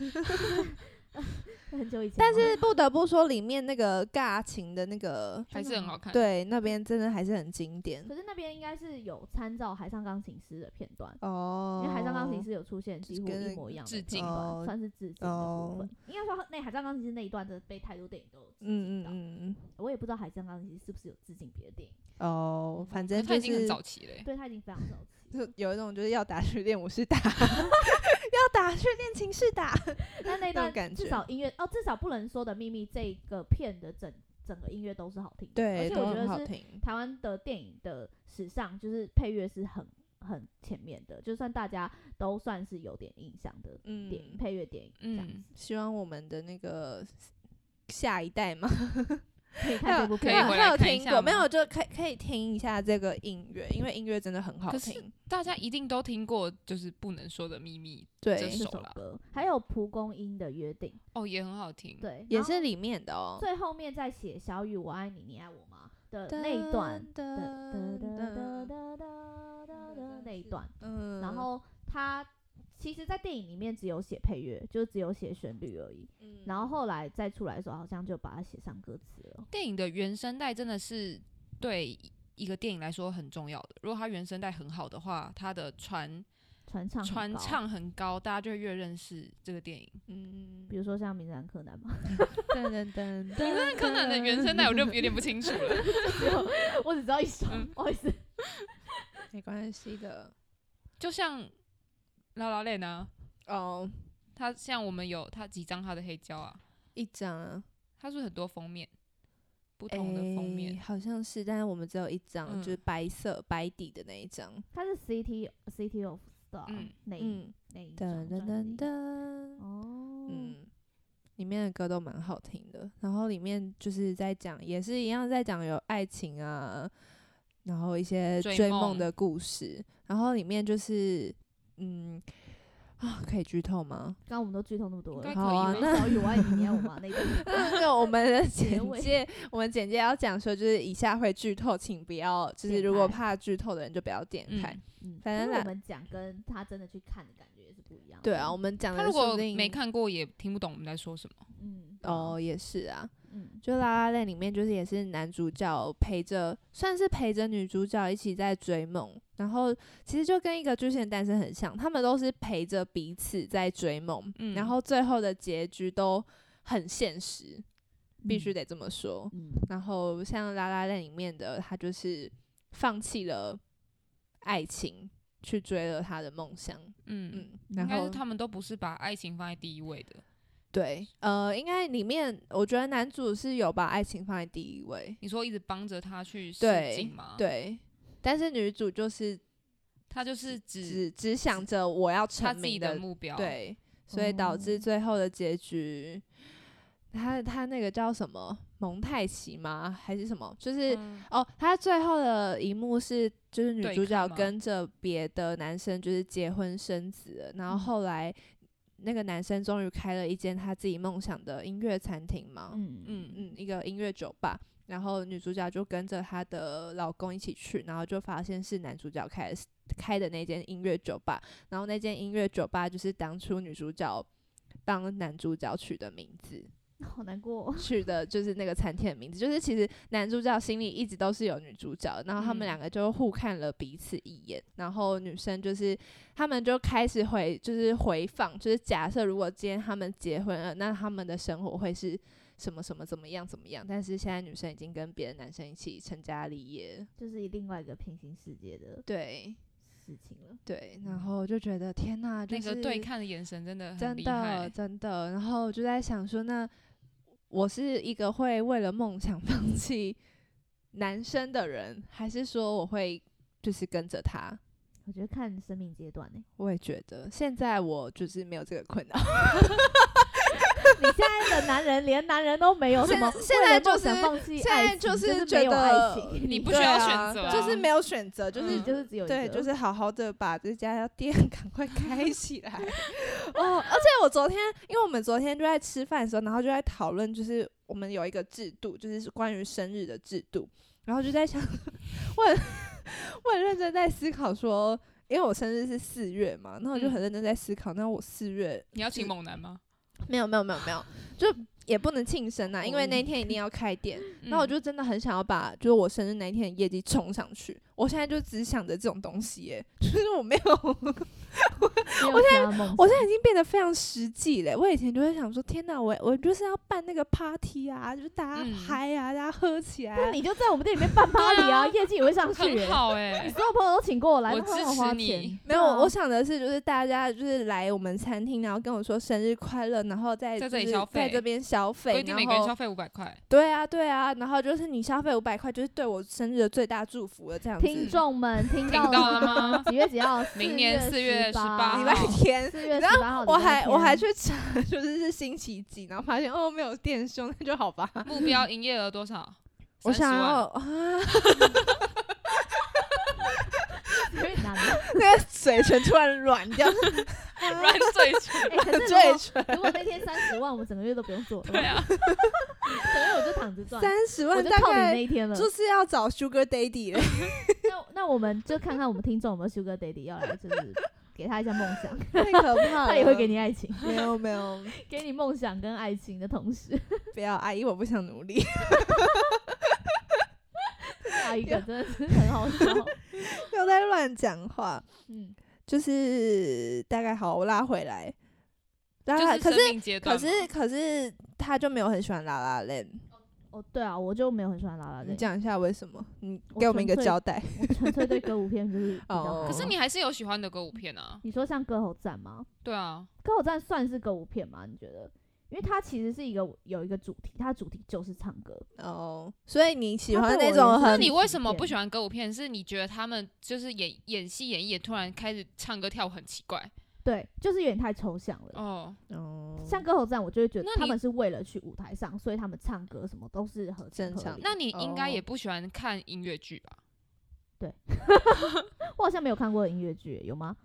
Speaker 3: 很久以前了。
Speaker 2: 但是不得不说，里面那个尬情的那个，
Speaker 1: 还是很好看。
Speaker 2: 对那边真的还是很经典
Speaker 3: 嗯可是那边应该是有参照海上钢琴师的片段，
Speaker 2: 哦
Speaker 3: 因。为海上钢琴师有出现几乎
Speaker 2: 跟那
Speaker 3: 一
Speaker 2: 个
Speaker 3: 模一样的
Speaker 1: 致敬
Speaker 3: 片段，
Speaker 2: 哦
Speaker 3: 算是致敬的部分
Speaker 2: 哦。
Speaker 3: 应该说那海上钢琴师那一段真的被太多电影都有致敬
Speaker 2: 嗯嗯
Speaker 3: 到，
Speaker 2: 嗯
Speaker 3: 我也不知道海上钢琴师是不是有致敬别的电影，
Speaker 2: 嗯，哦，反
Speaker 1: 可
Speaker 2: 正
Speaker 1: 他
Speaker 2: 就
Speaker 1: 已经很
Speaker 2: 是
Speaker 1: 早期嘞、
Speaker 3: 对他已经非常早
Speaker 2: *laughs*
Speaker 3: 期。
Speaker 2: 就有一种就是要打去练武士
Speaker 3: *laughs*
Speaker 2: 打，要打去练琴士打。
Speaker 3: 但那
Speaker 2: 那种
Speaker 3: 一段
Speaker 2: 感
Speaker 3: 至
Speaker 2: 觉
Speaker 3: 少音乐哦，至少不能说的秘密这个片的整整个音乐都是好听的，而
Speaker 2: 对，
Speaker 3: 且
Speaker 2: 都
Speaker 3: 我觉
Speaker 2: 很好
Speaker 3: 得是
Speaker 2: 听。
Speaker 3: 台湾的电影的史上，就是配乐是很很前面的，就算大家都算是有点印象的
Speaker 2: 嗯
Speaker 3: 电影、配乐电影这样子，
Speaker 1: 嗯
Speaker 2: 希望我们的那个下一代嘛，
Speaker 3: 可以
Speaker 2: 还
Speaker 3: 看
Speaker 2: 有
Speaker 3: 这部
Speaker 1: 可以
Speaker 3: 片
Speaker 1: 回
Speaker 3: 吗。
Speaker 1: 来
Speaker 2: 还有
Speaker 1: 看一
Speaker 2: 听
Speaker 1: 下
Speaker 2: 过
Speaker 1: 吗
Speaker 2: 没有？就可以可以听一下这个音乐，因为音乐真的很好
Speaker 1: 可是
Speaker 2: 听。
Speaker 1: 大家一定都听过，就是不能说的秘密这
Speaker 2: 对
Speaker 1: 是，
Speaker 3: 这
Speaker 1: 首
Speaker 3: 首
Speaker 1: 啦
Speaker 3: 歌，还有蒲公英的约定，
Speaker 1: 哦，也很好听。
Speaker 3: 对，
Speaker 2: 嗯也
Speaker 3: 然后
Speaker 2: 是里面的哦。
Speaker 3: 最后面在写小雨我爱你，你爱我吗的那一段，
Speaker 2: 噔
Speaker 3: 哒
Speaker 2: 噔
Speaker 3: 哒哒哒
Speaker 2: 噔
Speaker 3: 哒哒哒哒那一
Speaker 2: 是
Speaker 3: 段，
Speaker 2: 嗯
Speaker 3: 然后他其实，在电影里面只有写配乐，就只有写旋律而已。
Speaker 2: 嗯
Speaker 1: *laughs*
Speaker 3: 然后后来再出来的时候，好像就把它写上歌词了。
Speaker 1: 电影的原声带真的是对一个电影来说很重要的。如果它原声带很好的话，它的传
Speaker 3: 传唱很
Speaker 1: 传
Speaker 3: 高，
Speaker 1: 唱很高，大家就会越认识这个电影。
Speaker 2: 嗯
Speaker 3: 比如说像《名侦探柯南》嘛，
Speaker 2: 噔噔噔噔，
Speaker 1: 但柯南的原声带我就有点不清楚了。
Speaker 2: *laughs*
Speaker 3: 只有我只知道一首，不好意思。
Speaker 2: 没关系的
Speaker 1: 就像《拉拉链》啊，
Speaker 2: 哦，
Speaker 1: 它像我们有它几张它的黑胶啊，
Speaker 2: 一张啊，
Speaker 1: 它是不是很多封面，不
Speaker 2: 不
Speaker 1: 同的封面。
Speaker 2: 哎好像是，但是我们只有一张，
Speaker 1: 嗯
Speaker 2: 就是白色白底的那一张。
Speaker 3: 它是 City City of Star、
Speaker 1: 嗯
Speaker 3: 那一
Speaker 2: 嗯，
Speaker 3: 那一
Speaker 2: 噔噔
Speaker 3: 张专
Speaker 2: 噔
Speaker 3: 辑。
Speaker 2: 噔，
Speaker 3: 哦，
Speaker 2: 嗯。里面的歌都蛮好听的，然后里面就是在讲，也是一样在讲有爱情啊，然后一些
Speaker 1: 追
Speaker 2: 追
Speaker 1: 梦
Speaker 2: 梦的故事，然后里面就是，嗯，啊，可以剧透
Speaker 1: *laughs*
Speaker 2: 吗？
Speaker 3: 刚刚我们都剧透那么多
Speaker 1: 应该
Speaker 3: 了，
Speaker 1: 可
Speaker 2: 好啊
Speaker 1: 以吧嗯
Speaker 2: 那
Speaker 3: 小雨我爱你，你爱我吗？那一段
Speaker 2: 那个我们的
Speaker 3: 结
Speaker 2: 简
Speaker 3: 尾
Speaker 2: 介，我们简介要讲说，就是以下会剧透，请不要，就是
Speaker 3: 点
Speaker 2: 如果
Speaker 3: 开
Speaker 2: 怕剧透的人就不要点开。
Speaker 1: 嗯，
Speaker 3: 嗯，
Speaker 2: 反正
Speaker 3: 因为
Speaker 2: 啦
Speaker 3: 我们讲跟他真的去看的感觉也是不一样的。
Speaker 2: 对啊，我们讲的
Speaker 1: 他如
Speaker 2: 说
Speaker 1: 果
Speaker 2: 不定
Speaker 1: 没看过也听不懂我们在说什么。
Speaker 3: 嗯，对啊
Speaker 2: 哦，，也是啊，
Speaker 3: 嗯，
Speaker 2: 就《拉拉链》里面就是也是男主角陪着，算是陪着女主角一起在追梦，然后其实就跟一个巨蟹单身很像，他们都是陪着彼此在追梦，
Speaker 1: 嗯
Speaker 2: 然后最后的结局都很现实，必须
Speaker 1: 嗯
Speaker 3: 得，
Speaker 2: 得这么说。
Speaker 3: 嗯，
Speaker 2: 然后像《拉拉链》里面的他就是放弃了爱情，去追了他的梦想。
Speaker 1: 嗯，
Speaker 2: 嗯，
Speaker 1: 应
Speaker 2: 然
Speaker 1: 该
Speaker 2: 后
Speaker 1: 是他们都不是把爱情放在第一位的。
Speaker 2: 对，呃，应该里面我觉得男主是有把爱情放在第一位，
Speaker 1: 你说一直帮着他去试
Speaker 2: 对
Speaker 1: 镜吗？，
Speaker 2: 对，但是女主就是
Speaker 1: 他就是只
Speaker 2: 只只想着我要
Speaker 1: 他
Speaker 2: 成
Speaker 1: 自己
Speaker 2: 名
Speaker 1: 的目标。，哦
Speaker 2: 对，所以导致最后的结局。他他那个叫什么蒙太奇吗？还是什么？就是、
Speaker 1: 嗯、
Speaker 2: 哦，他最后的一幕是，就是女
Speaker 1: 对
Speaker 2: 主
Speaker 1: 抗
Speaker 2: 角
Speaker 1: 吗
Speaker 2: 跟着别的男生就是结婚生子了，然后
Speaker 3: 嗯
Speaker 2: 后来那个男生终于开了一间他自己梦想的音乐餐厅嘛，嗯
Speaker 3: 嗯嗯，
Speaker 1: 嗯，
Speaker 2: 嗯，一个音乐酒吧。然后女主角就跟着她的老公一起去，然后就发现是男主角开的开的那间音乐酒吧，然后那间音乐酒吧就是当初女主角帮男主角取的名字。
Speaker 3: 好难过哦。
Speaker 2: 取的就是那个餐厅的名字，就是其实男主角心里一直都是有女主角，然后他们
Speaker 1: 嗯
Speaker 2: 两个就互看了彼此一眼，然后女生就是他们就开始回就是回放，就是假设如果今天他们结婚了，那他们的生活会是什么什么怎么样怎么样？但是现在女生已经跟别的男生一起成家立业了，
Speaker 3: 就是另外一个平行世界的
Speaker 2: 对
Speaker 3: 事情了。
Speaker 2: 对，然后就觉得天呐，
Speaker 1: 嗯
Speaker 2: 就
Speaker 1: 那
Speaker 2: 是
Speaker 1: 个对看的眼神真的很
Speaker 2: 真
Speaker 1: 厉
Speaker 2: 的
Speaker 1: 害。欸
Speaker 2: 真的。然后我 *laughs* 就在想说，那我是一个会为了梦想放弃男生的人，还是说我会就是跟着他？
Speaker 3: 我觉得看生命阶段呢、
Speaker 2: 我也觉得现在我就是没有这个困扰。
Speaker 3: 你现在的男人 *laughs* 连男人都没有，什么
Speaker 2: 现现
Speaker 3: 为了
Speaker 2: 在就
Speaker 3: 梦想
Speaker 2: 是
Speaker 3: 放弃
Speaker 2: 现
Speaker 3: 爱
Speaker 2: 在
Speaker 3: 情
Speaker 2: 就是
Speaker 3: 是
Speaker 2: 觉
Speaker 3: 没有
Speaker 2: 得
Speaker 3: 爱 *laughs* 情，
Speaker 1: 你不
Speaker 2: 对
Speaker 1: 需要
Speaker 2: 啊
Speaker 1: 选择、
Speaker 2: 就是没有选择，就
Speaker 3: 就是是
Speaker 1: 嗯
Speaker 3: 就是只有一
Speaker 2: 对，
Speaker 3: 个
Speaker 2: 就是好好的把这家店 *laughs* 赶快开起来。哦，而且我昨天，因为我们昨天就在吃饭的时候，然后就在讨论，就是我们有一个制度，就是关于生日的制度，然后就在想， *laughs* 我很我很认真在思考说。因为我生日是四月嘛，那我就
Speaker 1: 嗯
Speaker 2: 很认真在思考，那我四月
Speaker 1: 你要请
Speaker 2: 是
Speaker 1: 猛男吗？
Speaker 2: 没有没有没有没有，就也不能庆生啊，因为那
Speaker 3: 哦
Speaker 2: 一天一 *laughs* 定要开店。那我
Speaker 1: 嗯
Speaker 2: 就真的很想要把，就是我生日那一天的业绩冲上去。我现在就只想着这种东西、耶， *laughs* 就是我没有，
Speaker 3: 我现在
Speaker 2: 我现在已经变得非常实际嘞。我以前就会想说，天哪，我我就是要办那个 party 啊，就是大家
Speaker 1: 嗯
Speaker 2: 嗨啊，大家喝起来啊、
Speaker 3: 那你就在我们店里面办 party 啊，
Speaker 1: 啊
Speaker 3: 业绩也会上去、
Speaker 1: 很
Speaker 3: 欸。
Speaker 1: 好哎、
Speaker 3: 你所有朋友都请过来，
Speaker 1: 我
Speaker 3: 那很
Speaker 1: 支
Speaker 3: 好
Speaker 1: 持
Speaker 3: 花
Speaker 1: 你
Speaker 3: 钱
Speaker 2: 没
Speaker 3: 对
Speaker 2: 有，
Speaker 3: 啊
Speaker 2: 我想的是，就是大家就是来我们餐厅，然后跟我说生日快乐，然后再
Speaker 1: 在
Speaker 2: 就
Speaker 1: 这里
Speaker 2: 是
Speaker 1: 消
Speaker 2: 在
Speaker 1: 费
Speaker 2: 这边消
Speaker 1: 规
Speaker 2: 费，
Speaker 1: 定每
Speaker 2: 然
Speaker 1: 个人
Speaker 2: 后
Speaker 1: 消费五百
Speaker 2: *laughs*
Speaker 1: 块，
Speaker 2: 对啊对啊，然后就是你消费五百块，就是对我生日的最大祝福了，这样子。
Speaker 3: 听众们听
Speaker 1: 听
Speaker 3: 到
Speaker 1: 到了
Speaker 3: 了
Speaker 1: 吗？
Speaker 3: 几月几号？
Speaker 1: 明年
Speaker 3: 四
Speaker 1: 4月
Speaker 3: 八，
Speaker 1: 18
Speaker 2: 礼拜
Speaker 1: 号
Speaker 2: 天，
Speaker 3: 四月
Speaker 2: 然
Speaker 3: 十八号礼拜天。
Speaker 2: 我还我还去查， *laughs* 就是是星期几，然后发现哦没有电胸，那就好吧。
Speaker 1: 目标营业额多少？
Speaker 2: *laughs* 我
Speaker 1: 30
Speaker 2: 想
Speaker 1: 万
Speaker 2: 要啊，
Speaker 3: 有点难了。
Speaker 2: 那个嘴唇突然软 *laughs* 掉，啊
Speaker 1: 软嘴唇，
Speaker 3: 哎，可
Speaker 2: *laughs*
Speaker 3: 是
Speaker 2: 嘴
Speaker 3: 如果
Speaker 2: 唇
Speaker 3: 如果那天三十万，我们整个月都不用做了，
Speaker 1: 对
Speaker 2: *laughs*
Speaker 1: 啊，
Speaker 3: 整个月我就躺着赚，
Speaker 2: 三十
Speaker 3: 我
Speaker 2: 万
Speaker 3: 就
Speaker 2: 大
Speaker 3: 靠你那
Speaker 2: 概
Speaker 3: 一天了。
Speaker 2: 就是要找 Sugar Daddy *laughs* 了。
Speaker 3: 那那我们就看看我们听众有没有 Sugar Daddy 要来，就是给他一下梦想，
Speaker 2: 太可怕了。
Speaker 3: 他也会给你爱情，
Speaker 2: 没有没有，
Speaker 3: 给你梦想跟爱情的同时， *laughs*
Speaker 2: 不要阿姨，我不想努力。 *laughs*
Speaker 3: 还有一个真的是很好笑。
Speaker 2: 又在乱讲话，
Speaker 3: 嗯，
Speaker 2: 就是大概好，我拉回来。拉
Speaker 1: 就
Speaker 2: 拉
Speaker 1: 是
Speaker 2: 可
Speaker 1: 生
Speaker 2: 是
Speaker 1: 命阶段
Speaker 2: 可
Speaker 1: 嘛。
Speaker 2: 是可是他就没有很喜欢拉拉链，
Speaker 3: 哦，对啊，我就没有很喜欢拉拉
Speaker 2: 你
Speaker 3: 队，
Speaker 2: 讲一下为什么？你
Speaker 3: 我
Speaker 2: 给我们一个
Speaker 3: 纯粹
Speaker 2: 交代。
Speaker 3: 我纯粹对歌舞片就是比较
Speaker 2: 哦
Speaker 3: 好。
Speaker 1: 可是你还是有喜欢的歌舞片啊，
Speaker 3: 你说像歌喉战吗？
Speaker 1: 对啊，
Speaker 3: 歌喉战算是歌舞片吗？你觉得？因为它其实是一个有一个主题，它的主题就是唱歌。
Speaker 2: 哦，所以你喜
Speaker 3: 他
Speaker 2: 欢那
Speaker 3: 对我
Speaker 2: 种
Speaker 3: 也是
Speaker 1: 那
Speaker 2: 很
Speaker 1: 你为什么
Speaker 3: 呃片
Speaker 1: 不喜欢歌舞片？是你觉得他们就是演演戏演一演，突然开始唱歌跳舞很奇怪
Speaker 3: 对，就是有点太抽象了。
Speaker 1: 哦？
Speaker 2: 哦
Speaker 3: 像歌喉战，我就会觉得
Speaker 1: 那
Speaker 3: 他
Speaker 1: 你
Speaker 3: 们是为了去舞台上，所以他们唱歌什么都是合情
Speaker 2: 正
Speaker 3: 合
Speaker 2: 常
Speaker 3: 理
Speaker 1: 那你应该
Speaker 2: 哦
Speaker 1: 也不喜欢看音乐剧吧？
Speaker 3: 我好像没有看过音乐剧，有吗？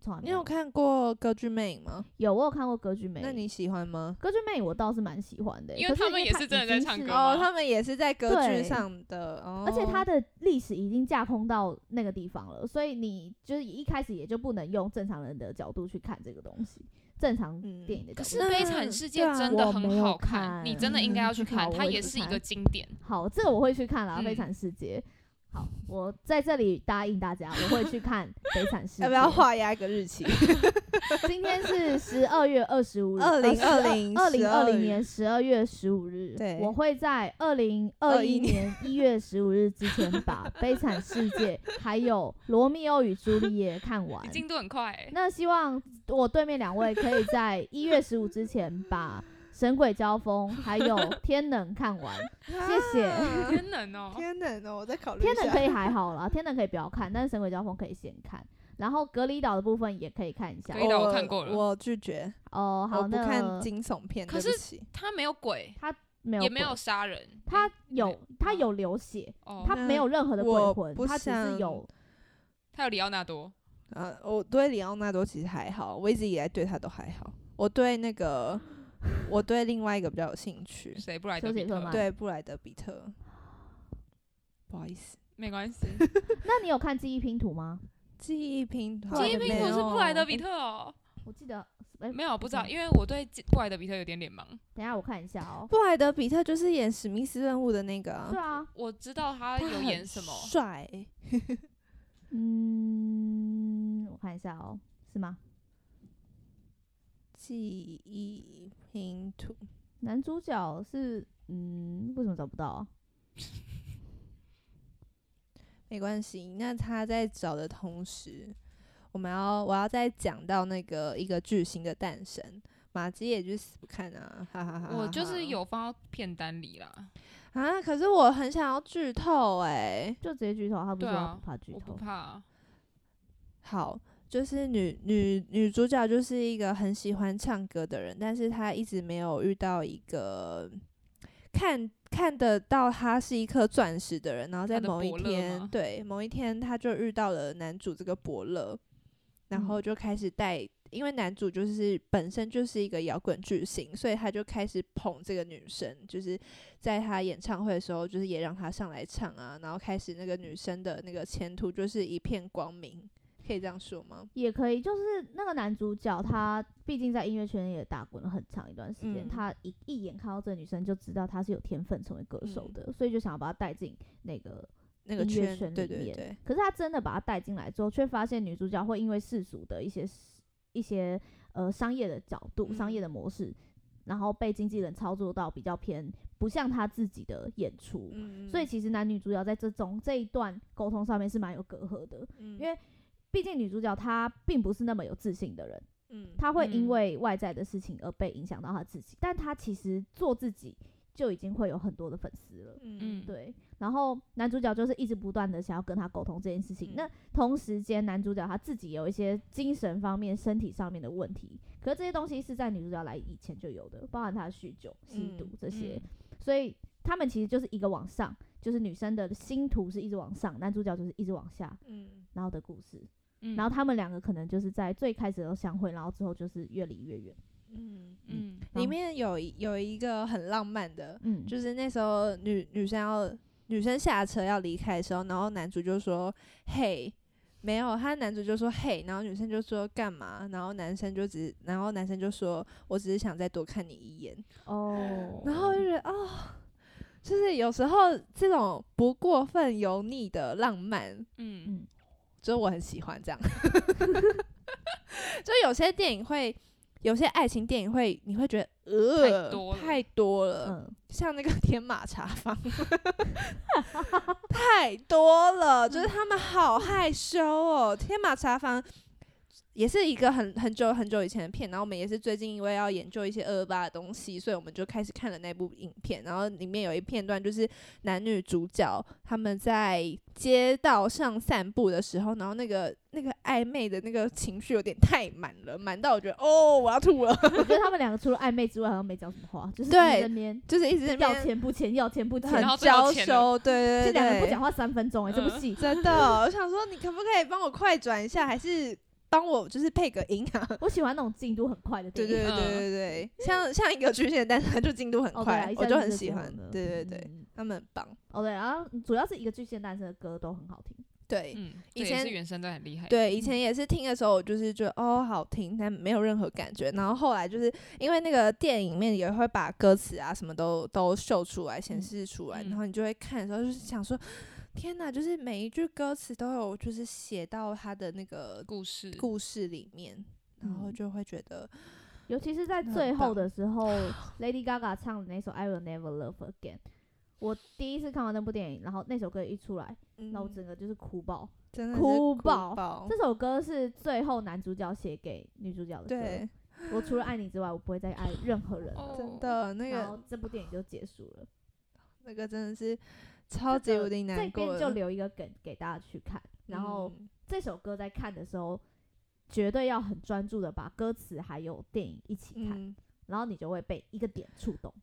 Speaker 3: 从来没
Speaker 2: 你有看过《歌剧魅影》吗？
Speaker 3: 有，我有看过《歌剧魅影》。
Speaker 2: 那你喜欢吗？
Speaker 3: 歌剧魅影》我倒是蛮喜欢的欸、
Speaker 1: 因为
Speaker 3: 可是
Speaker 1: 他们也
Speaker 3: 它
Speaker 1: 是
Speaker 3: 已
Speaker 1: 真的在
Speaker 3: 经
Speaker 1: 唱
Speaker 3: 是
Speaker 1: 歌
Speaker 2: 哦，
Speaker 1: 吗
Speaker 2: 他们也是在歌剧
Speaker 3: 对
Speaker 2: 上的，哦、
Speaker 3: 而且它的历史已经架空到那个地方了，所以你就是一开始也就不能用正常人的角度去看这个东西，正常
Speaker 2: 嗯
Speaker 3: 电影的角
Speaker 1: 可
Speaker 3: 度。
Speaker 1: 是《悲惨世界
Speaker 2: 对啊》
Speaker 1: 真的
Speaker 3: 我没
Speaker 1: 很
Speaker 3: 有
Speaker 1: 好看，你
Speaker 3: 看
Speaker 1: 真的应该要去
Speaker 3: 好
Speaker 1: 看，
Speaker 3: 我
Speaker 1: 它
Speaker 3: 会
Speaker 1: 也
Speaker 3: 去
Speaker 1: 是一
Speaker 3: 看
Speaker 1: 个经典。
Speaker 3: 好，这个我会去看啦，
Speaker 1: 嗯
Speaker 3: 悲惨世界》。好，我在这里答应大家，我会去看《悲惨世界》。
Speaker 2: *laughs* 要不要画押一个日
Speaker 3: *laughs*
Speaker 2: 期？
Speaker 3: 今天是十二月二十五日，
Speaker 2: 2020
Speaker 3: 二零二
Speaker 2: 12
Speaker 3: 零年十二月十五日。
Speaker 2: 对
Speaker 3: 我会在二零二一
Speaker 2: 21
Speaker 3: 年一月十五日之前把《悲惨世界》还有《罗密欧与朱丽叶》看完
Speaker 1: 你。进度很快欸，
Speaker 3: 那希望我对面两位可以在一月十五之前把《神鬼交锋》还有《天能》看
Speaker 1: *laughs*
Speaker 3: 完。谢谢
Speaker 2: 啊
Speaker 1: 天能哦！
Speaker 2: 天冷哦，我再考虑
Speaker 3: 天
Speaker 2: 一
Speaker 3: 能
Speaker 2: 下。
Speaker 3: 可以还好啦，天能可以不要看，但是神鬼交锋可以先看。然后隔离岛的部分也可以看一下
Speaker 1: *laughs* 可。以的我看过了
Speaker 2: 我拒绝，
Speaker 3: 哦，
Speaker 2: 我
Speaker 3: 好，
Speaker 2: 不看
Speaker 3: 那
Speaker 2: 惊悚片，
Speaker 1: 可
Speaker 2: 对不
Speaker 1: 是
Speaker 2: 起
Speaker 1: 他没有鬼，
Speaker 3: 没有
Speaker 1: 也没
Speaker 3: 鬼
Speaker 1: 有杀人，
Speaker 3: 他有他
Speaker 1: 哦
Speaker 3: 有流血，
Speaker 1: 哦，
Speaker 3: 他
Speaker 2: 那
Speaker 3: 没有任何的鬼
Speaker 2: 我
Speaker 3: 魂，
Speaker 2: 不
Speaker 3: 他只是
Speaker 2: 想
Speaker 1: *laughs*
Speaker 3: 有
Speaker 1: 他有里奥纳多，
Speaker 2: 啊，我对里奥纳多其实还好，我一直以来对他都还好。我对那个，我对另外一个比较有兴
Speaker 3: *laughs*
Speaker 2: 趣，
Speaker 1: 谁布莱德
Speaker 3: 休息
Speaker 1: 比
Speaker 3: 课
Speaker 1: 特
Speaker 3: 吗？
Speaker 2: 对布莱德比特。不好意思，
Speaker 1: 没关
Speaker 3: *laughs*
Speaker 1: 系，
Speaker 3: 那你有看记忆拼图吗？
Speaker 2: 记忆拼图，
Speaker 3: 记
Speaker 1: 啊记
Speaker 3: 忆
Speaker 1: 忆
Speaker 3: 拼
Speaker 1: 拼图
Speaker 3: 图是
Speaker 1: 是
Speaker 2: 没有
Speaker 1: 布莱德比特哦，
Speaker 3: 我记得，哎，
Speaker 1: 没有不知道，
Speaker 3: 嗯
Speaker 1: 因为我对记布莱德比特有点脸盲，
Speaker 3: 等一下我看一下哦。
Speaker 2: 布莱德比特就是演史密斯任务的那个、啊
Speaker 3: 对，啊，
Speaker 1: 我知道他
Speaker 2: 他
Speaker 1: 有
Speaker 2: 很
Speaker 1: 演什么，
Speaker 2: 帅欸、
Speaker 3: 嗯，我看一下哦，是吗？
Speaker 2: 记忆拼图，
Speaker 3: 男主角是，嗯，为什么找不到啊？
Speaker 2: 没关系。那他在找的同时，我们要我要再讲到那个一个巨星的诞生，马基也去死不看啊，哈哈哈哈哈
Speaker 1: 我就是有放到片单里啦，
Speaker 2: 啊，可是我很想要剧透哎、
Speaker 3: 就直接剧透，他不
Speaker 1: 对
Speaker 3: 是说他
Speaker 1: 啊
Speaker 3: 不怕剧
Speaker 1: 我不
Speaker 3: 透，
Speaker 1: 怕啊，
Speaker 2: 好，就是女女女主角就是一个很喜欢唱歌的人，但是她一直没有遇到一个看看得到她是一颗钻石的人。然后在
Speaker 1: 她的
Speaker 2: 某一
Speaker 1: 伯乐
Speaker 2: 天
Speaker 1: 吗，
Speaker 2: 对，某一天她就遇到了男主这个伯乐，然后
Speaker 3: 嗯
Speaker 2: 就开始带。因为男主就是本身就是一个摇滚巨星，所以他就开始捧这个女生，就是在他演唱会的时候，就是也让她上来唱啊，然后开始那个女生的那个前途就是一片光明，可以这样说吗？
Speaker 3: 也可以。就是那个男主角他毕竟在音乐圈也打滚了很长一段时间，
Speaker 2: 嗯
Speaker 3: 他一一眼看到这女生就知道她是有天分成为歌手
Speaker 2: 嗯
Speaker 3: 的，所以就想要把她带进那个
Speaker 2: 那个
Speaker 3: 音乐
Speaker 2: 圈，
Speaker 3: 圈
Speaker 2: 对
Speaker 3: 里
Speaker 2: 对
Speaker 3: 面
Speaker 2: 对，
Speaker 3: 可是他真的把她带进来之后，却发现女主角会因为世俗的一些一些呃商业的角度、商业
Speaker 2: 嗯
Speaker 3: 的模式，然后被经纪人操作到比较偏不像她自己的演出。
Speaker 2: 嗯
Speaker 3: 所以其实男女主角在这种这一段沟通上面是蛮有隔阂的，
Speaker 2: 因
Speaker 3: 因为毕竟女主角她并不是那么有自信的人，
Speaker 2: 嗯
Speaker 3: 她会因
Speaker 1: 嗯
Speaker 3: 为外在的事情而被影响到她自己，但她其实做自己就已经会有很多的粉丝了。
Speaker 2: 嗯
Speaker 1: 嗯
Speaker 3: 对，然后男主角就是一直不断的想要跟他沟通这件事情。
Speaker 2: 嗯
Speaker 3: 那同时间，男主角他自己有一些精神方面、身体上面的问题，可是这些东西是在女主角来以前就有的，包含他的酗酒、吸毒
Speaker 2: 嗯
Speaker 3: 这些，
Speaker 1: 嗯
Speaker 3: 所以他们其实就是一个往上，就是女生的星途是一直往上，男主角就是一直往下，
Speaker 2: 嗯
Speaker 3: 然后的故事。
Speaker 1: 嗯
Speaker 3: 然后他们两个可能就是在最开始的时候相会，然后之后就是越离越远。
Speaker 2: 嗯，
Speaker 1: 嗯
Speaker 2: 里面有一有一个很浪漫的，
Speaker 3: 嗯，
Speaker 2: 就是那时候女女生要女生下车要离开的时候，然后男主就说嘿。没有，他男主就说嘿，然后女生就说干嘛，然后男生就只，然后男生就说我只是想再多看你一眼，
Speaker 3: 哦，
Speaker 2: 然后就觉得哦，就是有时候这种不过分油腻的浪漫，
Speaker 1: 嗯
Speaker 2: 就是我很喜欢这样。 *laughs* 就有些电影会，有些爱情电影会，你会觉得
Speaker 1: 太
Speaker 2: 呃
Speaker 1: 多了
Speaker 2: 太多了，
Speaker 3: 嗯，
Speaker 2: 像那个 *laughs* 天马茶
Speaker 3: *laughs*
Speaker 2: 坊，太多了，就是
Speaker 3: 嗯
Speaker 2: 他们好害羞哦。天马茶坊也是一个很很久很久以前的片，然后我们也是最近因为要研究一些二二八的东西，所以我们就开始看了那部影片。然后里面有一片段就是男女主角他们在街道上散步的时候，然后那个那个暧昧的那个情绪有点太满了，满到我觉得哦我要吐了， *laughs*
Speaker 3: 我觉得他们两个除了暧昧之外，好像没讲什么话，就是
Speaker 2: 对
Speaker 3: 一直在那边
Speaker 2: 就是一直在那
Speaker 3: 要
Speaker 2: 边
Speaker 3: 钱不钱，要钱不钱，
Speaker 2: 很
Speaker 1: 然后最
Speaker 2: 娇
Speaker 1: 后钱
Speaker 2: 羞，对对对，
Speaker 3: 这两个
Speaker 2: 对嗯
Speaker 3: 不讲话三分钟哎、这部戏
Speaker 2: *laughs* 真的，我想说，你可不可以帮我快转一下，还是帮我就是配个音
Speaker 3: *laughs*
Speaker 2: 啊？
Speaker 3: 我喜欢那种进度很快的电
Speaker 2: 对
Speaker 3: 影。
Speaker 2: 对对
Speaker 1: 嗯
Speaker 2: 对对，像像一个曲线，但是它就进度很
Speaker 3: 哦对啊
Speaker 2: 快，
Speaker 3: 一下
Speaker 2: 我就
Speaker 3: 子
Speaker 2: 很
Speaker 3: 结
Speaker 2: 喜
Speaker 3: 婚
Speaker 2: 欢
Speaker 3: 了。
Speaker 2: 对对对，
Speaker 3: 嗯
Speaker 2: 他们很棒。
Speaker 3: 哦对，然后主要是一个巨蟹单身的歌都很好听，
Speaker 2: 对
Speaker 1: 嗯，这
Speaker 2: 以
Speaker 1: 也
Speaker 2: 前
Speaker 1: 是原声带很厉害，
Speaker 2: 对，以
Speaker 3: 嗯
Speaker 2: 前也是听的时候，我就是觉得哦好听，但没有任何感觉。然后后来就是因为那个电影里面也会把歌词啊什么都都秀出来、显
Speaker 3: 嗯
Speaker 2: 示出来，
Speaker 1: 嗯
Speaker 2: 然后你就会看的时候就是想说，天哪，就是每一句歌词都有就是写到他的那个
Speaker 1: 故事
Speaker 2: 故事里面，然后
Speaker 3: 嗯
Speaker 2: 就会觉得，
Speaker 3: 尤其是在
Speaker 2: 很
Speaker 3: 最后
Speaker 2: 棒
Speaker 3: 的时 *laughs* 候，Lady Gaga 唱的那首《I Will Never Love Again》。我第一次看完那部电影，然后那首歌一出来，
Speaker 2: 嗯哦
Speaker 3: 那我整个就是哭爆。
Speaker 2: 真的是
Speaker 3: 哭
Speaker 2: 哭
Speaker 3: 爆这首歌是最后男主角写给女主角的歌
Speaker 2: 对。，
Speaker 3: 我除了爱你之外，我不会再爱任何人
Speaker 1: 哦
Speaker 3: 了。
Speaker 2: 真的那
Speaker 3: 然后
Speaker 2: 个
Speaker 3: 这部电影就结束了。
Speaker 2: 那个真的是超级
Speaker 3: 这个
Speaker 2: 无敌难
Speaker 3: 这
Speaker 2: 过
Speaker 3: 边
Speaker 2: 的，
Speaker 3: 就留一个梗给大家去看，然后
Speaker 2: 嗯
Speaker 3: 这首歌在看的时候，绝对要很专注的把歌词还有电影一起看，
Speaker 2: 嗯，
Speaker 3: 然后你就会被一个点触动。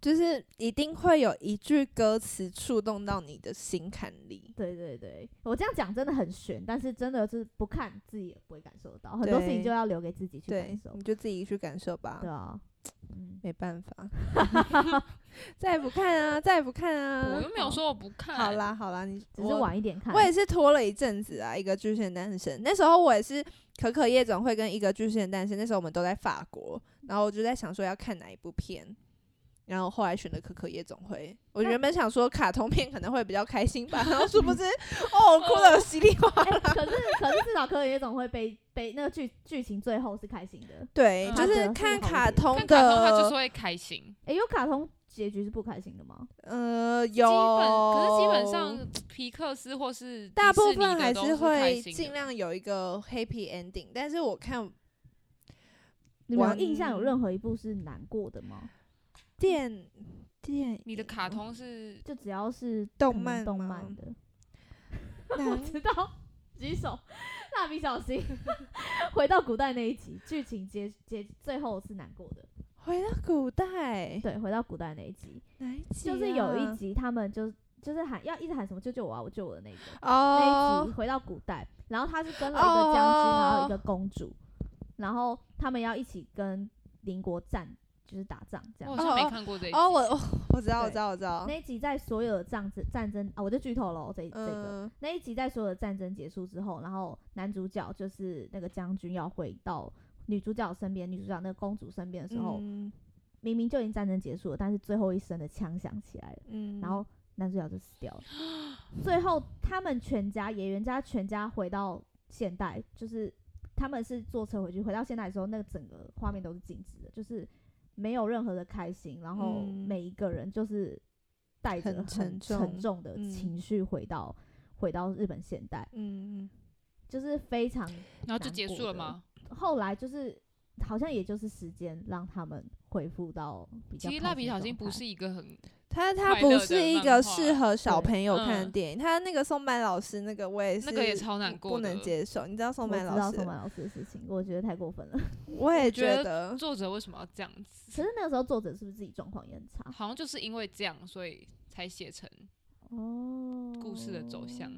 Speaker 2: 就是一定会有一句歌词触动到你的心坎里。
Speaker 3: 对对对，我这样讲真的很悬，但是真的是不看自己也不会感受到，很多事情
Speaker 2: 对
Speaker 3: 就要留给自己去感
Speaker 2: 对
Speaker 3: 受，
Speaker 2: 你。就自己去感受吧
Speaker 3: 对。啊，嗯，
Speaker 2: 没办
Speaker 3: *laughs*
Speaker 2: 法，再也不看啊，再也不看
Speaker 1: 我
Speaker 2: 啊
Speaker 1: 又。没有说我不看，
Speaker 2: 好，啦好啦，你
Speaker 3: 只是
Speaker 2: 我
Speaker 3: 晚一点看。
Speaker 2: 我也是拖了一阵子啊，一个巨蟹单身。那时候我也是可可夜总会跟一个巨蟹单身，那时候我们都在法国，然后我就在想说要看哪一部片，然后后来选了可可夜总会。我
Speaker 3: 那
Speaker 2: 原本想说卡通片可能会比较开心吧，然后殊不知哦，我哭的稀里哗啦。
Speaker 3: *laughs* 哎、可是可是至少可以也总会被被那个剧剧情最后是开心的，
Speaker 2: 对，
Speaker 1: 嗯
Speaker 2: 就是看卡通
Speaker 1: 看卡通他就是
Speaker 2: 的，
Speaker 1: 会开心，
Speaker 3: 哎、有卡通结局是不开心的吗？
Speaker 2: 呃，
Speaker 1: 基
Speaker 2: 有，
Speaker 1: 本可是基本。上皮克斯或是
Speaker 2: 大
Speaker 1: 迪士
Speaker 2: 部
Speaker 1: 尼的
Speaker 2: 分还
Speaker 1: 都开
Speaker 2: 是会
Speaker 1: 心的
Speaker 2: 尽量有一个 happy ending，但是我看
Speaker 3: 你们有
Speaker 2: 完
Speaker 3: 印象有任何一部是难过的吗？
Speaker 2: 电电影，
Speaker 1: 你的卡通是
Speaker 3: 就只要是
Speaker 2: 动
Speaker 3: 可能
Speaker 2: 漫
Speaker 3: 动
Speaker 2: 吗
Speaker 3: 漫的，
Speaker 2: *laughs*
Speaker 3: 我
Speaker 2: 那
Speaker 3: 知道，举手，蜡笔小新， *laughs* 回到古代那一集，剧情结结最后是难过的，
Speaker 2: 回到古代
Speaker 3: 对，回到古代那一集，
Speaker 2: 哪一集啊？
Speaker 3: 就是有一集他们就就是喊要一直喊什么救救我啊，我救我的那个、那一
Speaker 2: 哦
Speaker 3: 集，回到古代，然后他是跟了一个将军，然后一
Speaker 2: 哦
Speaker 3: 个公主，然后他们要一起跟邻国战，就是打仗这
Speaker 1: 我好像
Speaker 2: 哦
Speaker 3: 样。
Speaker 1: 没
Speaker 2: 哦
Speaker 1: 看过这一集
Speaker 2: 哦，我我我知道，我
Speaker 3: 对
Speaker 2: 知道，我知道
Speaker 3: 那。一集在所有的战争战争啊，我就剧透喽，这一这个。
Speaker 2: 嗯，
Speaker 3: 那一集在所有的战争结束之后，然后男主角就是那个将军要回到女主角身边，女主角那个公主身边的时候，
Speaker 2: 嗯
Speaker 3: 明明就已经战争结束了，但是最后一声的枪响起来了，
Speaker 2: 嗯，
Speaker 3: 然后男主角就死掉了。最
Speaker 1: *gasps*
Speaker 3: 后他们全家演员家全家回到现代，就是他们是坐车回去，回到现代的时候，那个整个画面都是静止的，就是没有任何的开心，然后
Speaker 2: 嗯
Speaker 3: 每一个人就是带着
Speaker 2: 很
Speaker 3: 很
Speaker 2: 沉
Speaker 3: 沉
Speaker 2: 重
Speaker 3: 重的
Speaker 2: 嗯
Speaker 3: 情绪回到、回到日本现代。
Speaker 2: 嗯嗯
Speaker 3: 就是非常，
Speaker 1: 然后就结
Speaker 3: 难
Speaker 1: 束了
Speaker 3: 过的
Speaker 1: 吗？
Speaker 3: 后来就是好像也就是时间让他们恢复到比较。
Speaker 1: 其实蜡笔小新不，是一个很
Speaker 2: 他他
Speaker 1: 快
Speaker 2: 不
Speaker 1: 乐
Speaker 2: 是
Speaker 1: 的
Speaker 2: 一
Speaker 1: 漫
Speaker 2: 个
Speaker 1: 画
Speaker 2: 适合小
Speaker 3: 对
Speaker 2: 朋友
Speaker 1: 嗯
Speaker 2: 看的电影，他那个宋曼老师那个我也是，
Speaker 1: 那个也超难
Speaker 2: 不
Speaker 1: 过的
Speaker 2: 能。接受。你知道
Speaker 3: 我
Speaker 2: 宋
Speaker 3: 知
Speaker 2: 曼
Speaker 3: 道
Speaker 2: 老师
Speaker 3: 宋，曼老师的事情，我觉得太过分了。
Speaker 2: 我也
Speaker 1: 觉
Speaker 2: 觉
Speaker 1: 得
Speaker 2: 得
Speaker 1: 作者为什么要这样
Speaker 3: 可
Speaker 1: 子？
Speaker 3: 是那个时候作者是不是自己状况也很差？
Speaker 1: 好像就是因为这样，所以才写成
Speaker 3: 哦，
Speaker 1: 故事的走向。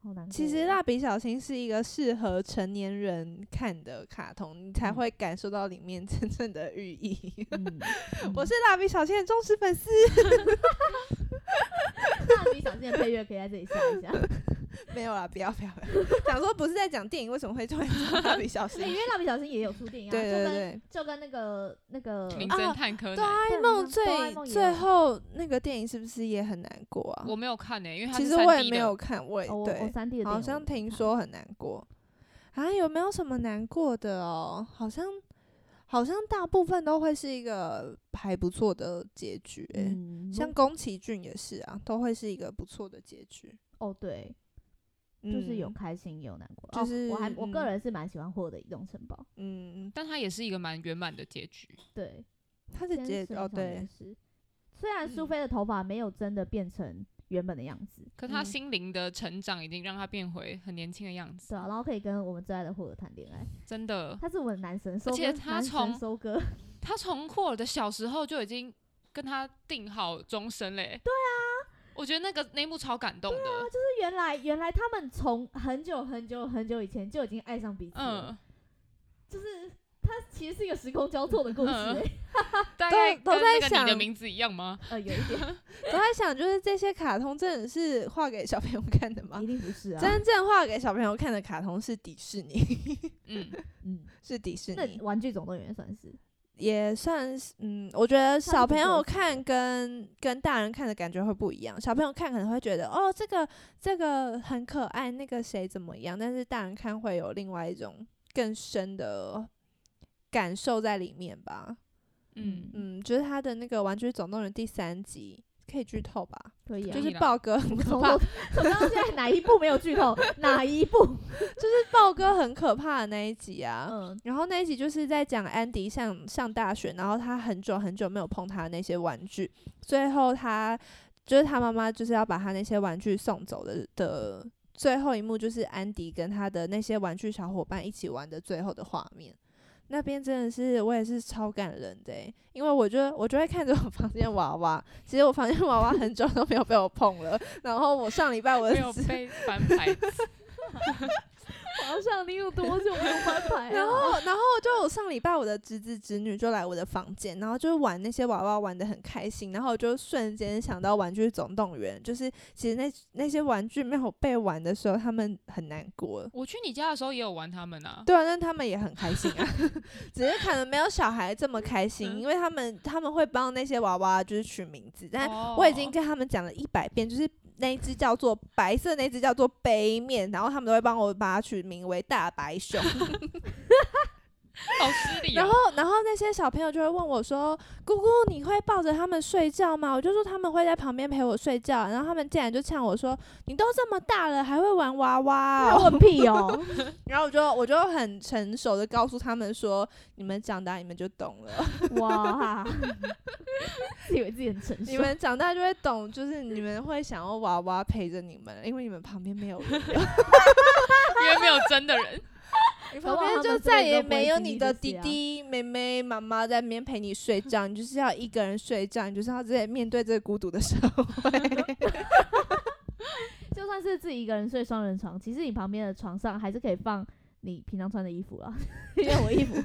Speaker 3: 好难过哦。
Speaker 2: 其实《蜡笔小新》是一个适合成年人看的卡通，你才
Speaker 3: 嗯
Speaker 2: 会感受到里面真正的寓意。 *laughs*
Speaker 3: 嗯，嗯
Speaker 2: 我是蜡笔小新的忠实粉丝，
Speaker 3: 蜡笔小新的配乐可以在这里下
Speaker 2: *laughs*
Speaker 3: 一下，
Speaker 2: 没有啦，不要不要，不要 *laughs* 想说不是在讲电影，为什么会突然讲蜡笔小新
Speaker 3: 因？为蜡笔小新也有出电 *laughs* 影啊，
Speaker 2: 对对
Speaker 3: 就跟
Speaker 2: 对，
Speaker 3: 就跟那个那个
Speaker 1: 名
Speaker 2: 啊
Speaker 1: 侦探柯
Speaker 2: 哆
Speaker 1: 南，
Speaker 2: 啦 A
Speaker 3: 对
Speaker 2: 梦啊
Speaker 3: 哆啦 A
Speaker 2: 最
Speaker 3: 梦也
Speaker 2: 最
Speaker 3: 有
Speaker 2: 后那个电影是不是也很难过啊
Speaker 1: 我？没有看欸呢、因为它
Speaker 2: 其
Speaker 1: 是
Speaker 2: 实我
Speaker 1: 3D
Speaker 2: 也没
Speaker 1: 的
Speaker 2: 有看，我也
Speaker 3: 哦我我
Speaker 2: 对，
Speaker 3: 三 D 的电影
Speaker 2: 好
Speaker 3: 我
Speaker 2: 像
Speaker 3: 没看
Speaker 2: 听说很难过啊，有没有什么难过的哦？好像好像大部分都会是一个还不错的结局、欸，
Speaker 3: 嗯
Speaker 2: 像宫崎骏也是啊，都会是一个不错的结局，
Speaker 3: 哦对，就是有
Speaker 2: 嗯
Speaker 3: 开心也有难过，
Speaker 2: 就
Speaker 3: 哦
Speaker 2: 是
Speaker 3: 我还我个
Speaker 2: 嗯
Speaker 3: 人是蛮喜欢《霍尔的移动城堡》，
Speaker 2: 嗯，
Speaker 1: 但它也是一个蛮圆满的结局。
Speaker 3: 对，
Speaker 2: 他的结
Speaker 3: 身
Speaker 2: 哦
Speaker 3: 上也
Speaker 2: 对，
Speaker 3: 是。虽然苏
Speaker 2: 嗯
Speaker 3: 菲的头发没有真的变成原本的样子，
Speaker 1: 可他
Speaker 2: 嗯
Speaker 1: 心灵的成长已经让他变回很年轻的样子，
Speaker 3: 对啊，然后可以跟我们最爱的霍尔谈恋爱，
Speaker 1: 真的。
Speaker 3: 他是我们的男神收割，
Speaker 1: 且他
Speaker 3: 男神
Speaker 1: 从
Speaker 3: 收割， *laughs*
Speaker 1: 他从霍尔的小时候就已经跟他定好终身嘞、对啊，我觉得那个那一幕超感动的。
Speaker 2: 啊
Speaker 3: 就是原来原来他们从很久很久很久以前就已经爱上彼此了，
Speaker 1: 嗯，
Speaker 3: 就是他其实是一个时空交错的故事、
Speaker 1: 嗯
Speaker 3: 欸，
Speaker 1: 大概
Speaker 2: 都
Speaker 1: 跟那
Speaker 2: 啊在
Speaker 1: 个你的
Speaker 2: 想
Speaker 1: 名字一样吗？
Speaker 3: *laughs* 呃，有一点，
Speaker 2: 我在想就是这些卡通真的是画给小朋友看的吗
Speaker 3: *laughs* 一？定不是啊，
Speaker 2: 真正画给小朋友看的卡通是迪士尼， *laughs*
Speaker 1: 嗯，
Speaker 3: 嗯，
Speaker 2: 是迪士尼
Speaker 3: 那。玩具总动员算是，
Speaker 2: 也算是，嗯，我觉得
Speaker 3: 算是
Speaker 2: 小
Speaker 3: 比
Speaker 2: 朋
Speaker 3: 较
Speaker 2: 友
Speaker 3: 有
Speaker 2: 看跟跟大人看的感觉会不一样。小朋友看可能会觉得，哦，这个这个很可爱，那个谁怎么样？但是大人看会有另外一种更深的感受在里面吧。
Speaker 1: 嗯，
Speaker 2: 嗯，就是他的那个《玩具总动员》第三集，可以剧透吧？
Speaker 3: 可以啊，
Speaker 2: 就是
Speaker 1: 啦
Speaker 2: 豹哥很可
Speaker 3: 从
Speaker 2: 怕
Speaker 3: 头， *laughs* 从刚到现在哪一部没有剧 *laughs* 透？哪一部？
Speaker 2: 豹哥很可怕的那一集啊。
Speaker 3: 嗯，
Speaker 2: 然后那一集就是在讲安迪上上大学，然后他很久很久没有碰他的那些玩具，最后他就是他妈妈就是要把他那些玩具送走的的最后一幕，就是安迪跟他的那些玩具小伙伴一起玩的最后的画面。那边真的是我也是超感人的欸、因为我就我就会看着我房间娃娃，其实我房间娃娃很久都没有被我碰了，然后我上礼拜 *laughs* 我
Speaker 1: 没
Speaker 2: 的
Speaker 1: 有
Speaker 2: 侄
Speaker 1: 被翻牌子，
Speaker 3: 皇上，你有多久没有翻牌啊
Speaker 2: 然
Speaker 3: 了？ *laughs*
Speaker 2: 后，然后就我上礼拜我的侄子侄女就来我的房间，然后就玩那些娃娃，玩的很开心，然后我就瞬间想到《玩具总动员》，就是其实那那些玩具没有被玩的时候，他们很难过。
Speaker 1: 我去你家的时候也有玩他们啊。
Speaker 2: 对啊，但他们也很开心啊， *laughs* 只是可能没有小孩这么开心，因为他们他们会帮那些娃娃就是取名字，但我已经
Speaker 1: 哦
Speaker 2: 跟他们讲了一百遍，就是那一只叫做白色，那只叫做杯面，然后他们都会帮我把它取名为大白熊。
Speaker 1: 好失礼、哦。
Speaker 2: 然后，然后那些小朋友就会问我说：“姑姑，你会抱着他们睡觉吗？”我就说他们会在旁边陪我睡觉。然后他们竟然就呛我说：“你都这么大了，还会玩娃娃、
Speaker 3: 那
Speaker 2: 哦
Speaker 3: 问屁哦！？”
Speaker 2: 然后我就我就很成熟的告诉他们说：“你们长大你们就懂了，
Speaker 3: 哇， *laughs* 自以为自己很成
Speaker 2: 你
Speaker 3: 熟，
Speaker 2: 们长大就会懂，就是你们会想要娃娃陪着你们，因为你们旁边没有人，
Speaker 1: 因为没有真的人，
Speaker 2: 你
Speaker 3: 搞
Speaker 2: 旁
Speaker 3: 不好
Speaker 2: 边
Speaker 3: 他
Speaker 2: 就
Speaker 3: 们
Speaker 2: 再
Speaker 3: 这辈子
Speaker 2: 也
Speaker 3: 都不会
Speaker 2: 没有
Speaker 3: 经历
Speaker 2: 你的
Speaker 3: 这些
Speaker 2: 弟
Speaker 3: 啊
Speaker 2: 弟、妹妹、妈妈在那边陪你睡觉，你就是要一个人睡觉，你就是要自己面对这个孤独的社会。
Speaker 3: 就算是自己一个人睡双人床，其实你旁边的床上还是可以放你平常穿的衣服啦，因为我衣
Speaker 2: *laughs*
Speaker 3: 服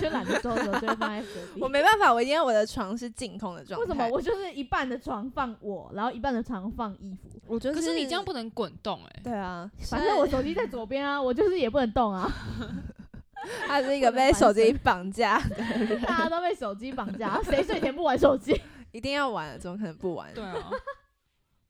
Speaker 3: 就懒得收拾，我就会放在隔壁
Speaker 2: 我。没办法，我一定要我的床是净空的状态。
Speaker 3: 为什么我就是一半的床放我，然后一半的床放衣服？
Speaker 2: 我就
Speaker 1: *laughs*
Speaker 2: 是
Speaker 1: 可是你这样不能滚动哎、
Speaker 2: 对啊，
Speaker 3: 反正 *laughs* 我手机在左边啊，我就是也不能动
Speaker 2: *laughs*
Speaker 3: 啊，
Speaker 2: 他是一个被手机绑架，
Speaker 3: 大家都被手机绑架，谁睡前不玩手机？ *laughs*
Speaker 2: 一定要玩，怎么可能不玩？
Speaker 1: 对啊，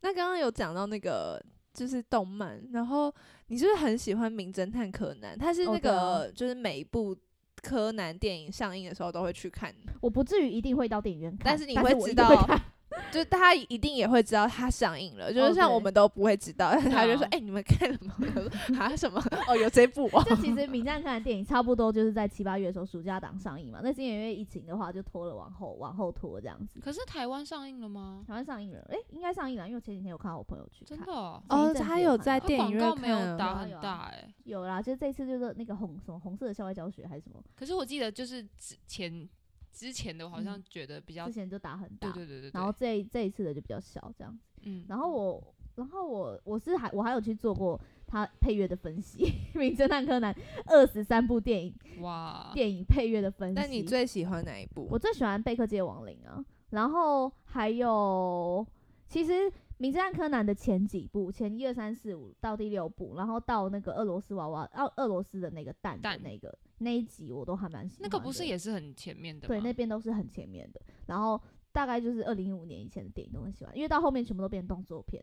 Speaker 2: 那刚刚有讲到那个就是动漫，然后你是不是很喜欢《名侦探柯南》？它是
Speaker 3: 哦
Speaker 2: 那
Speaker 3: 对啊
Speaker 2: 个、就是每一部柯南电影上映的时候都会去看，
Speaker 3: 我不至于一定会到电影院看，
Speaker 2: 但
Speaker 3: 但
Speaker 2: 是你
Speaker 3: 是
Speaker 2: 会
Speaker 3: 我
Speaker 2: 知
Speaker 3: 一定
Speaker 2: 道
Speaker 3: 看
Speaker 2: *laughs* 就是大家一定也会知道它上映了，就
Speaker 3: 哦
Speaker 2: 是
Speaker 3: 对
Speaker 2: 像我们都不会知道，但是他就
Speaker 1: 对
Speaker 2: 说
Speaker 1: 啊：“
Speaker 2: 哎、你们看了吗？”我说：“啊什么？哦，有这
Speaker 3: *laughs*
Speaker 2: 部哦。
Speaker 3: 就其实《名侦探柯南》电影差不多就是在七八月的时候暑假档上映嘛，那今年因为疫情的话就拖了，往后往后拖这样子。
Speaker 1: 可是台湾上映了吗？
Speaker 3: 台湾上映了，诶，应该上映了，因为我前几天有看到我朋友去看
Speaker 1: 真，的、哦”，
Speaker 3: 前
Speaker 2: 哦，
Speaker 3: 一阵子
Speaker 2: 他
Speaker 3: 有
Speaker 2: 有
Speaker 3: 看
Speaker 2: 在
Speaker 1: 它
Speaker 2: 电影
Speaker 1: 广
Speaker 2: 院
Speaker 1: 告没有
Speaker 2: 看
Speaker 1: 打
Speaker 3: 有啊
Speaker 1: 很
Speaker 3: 有啊
Speaker 1: 大哎、
Speaker 3: 有啦，就这次就是那个红什么红色的校外教学还是什么，
Speaker 1: 可是我记得就是之前之前的，我好像觉得比较、
Speaker 3: 之前嗯就打很大，
Speaker 1: 对对对对对，
Speaker 3: 然后这一这一次的就比较小这样。
Speaker 1: 嗯，
Speaker 3: 然后我，然后我我是还我还有去做过他配乐的分析， *laughs* 《名侦探柯南》二十三部电影
Speaker 1: 哇，
Speaker 3: 电影配乐的分析。
Speaker 2: 那你最喜欢哪一部？
Speaker 3: 我最喜欢《贝克街亡灵》啊，然后还有其实。《名侦探柯南》的前几部，前一二三四五到第六部，然后到那个俄罗斯娃娃，到俄罗斯的那个蛋的
Speaker 1: 蛋
Speaker 3: 那个那一集，我都还蛮喜欢
Speaker 1: 那
Speaker 3: 的。
Speaker 1: 个不是也是很前面的吗？
Speaker 3: 对，那边都是很前面的。然后大概就是二零一五年以前的电影都很喜欢，因为到后面全部都变动作片，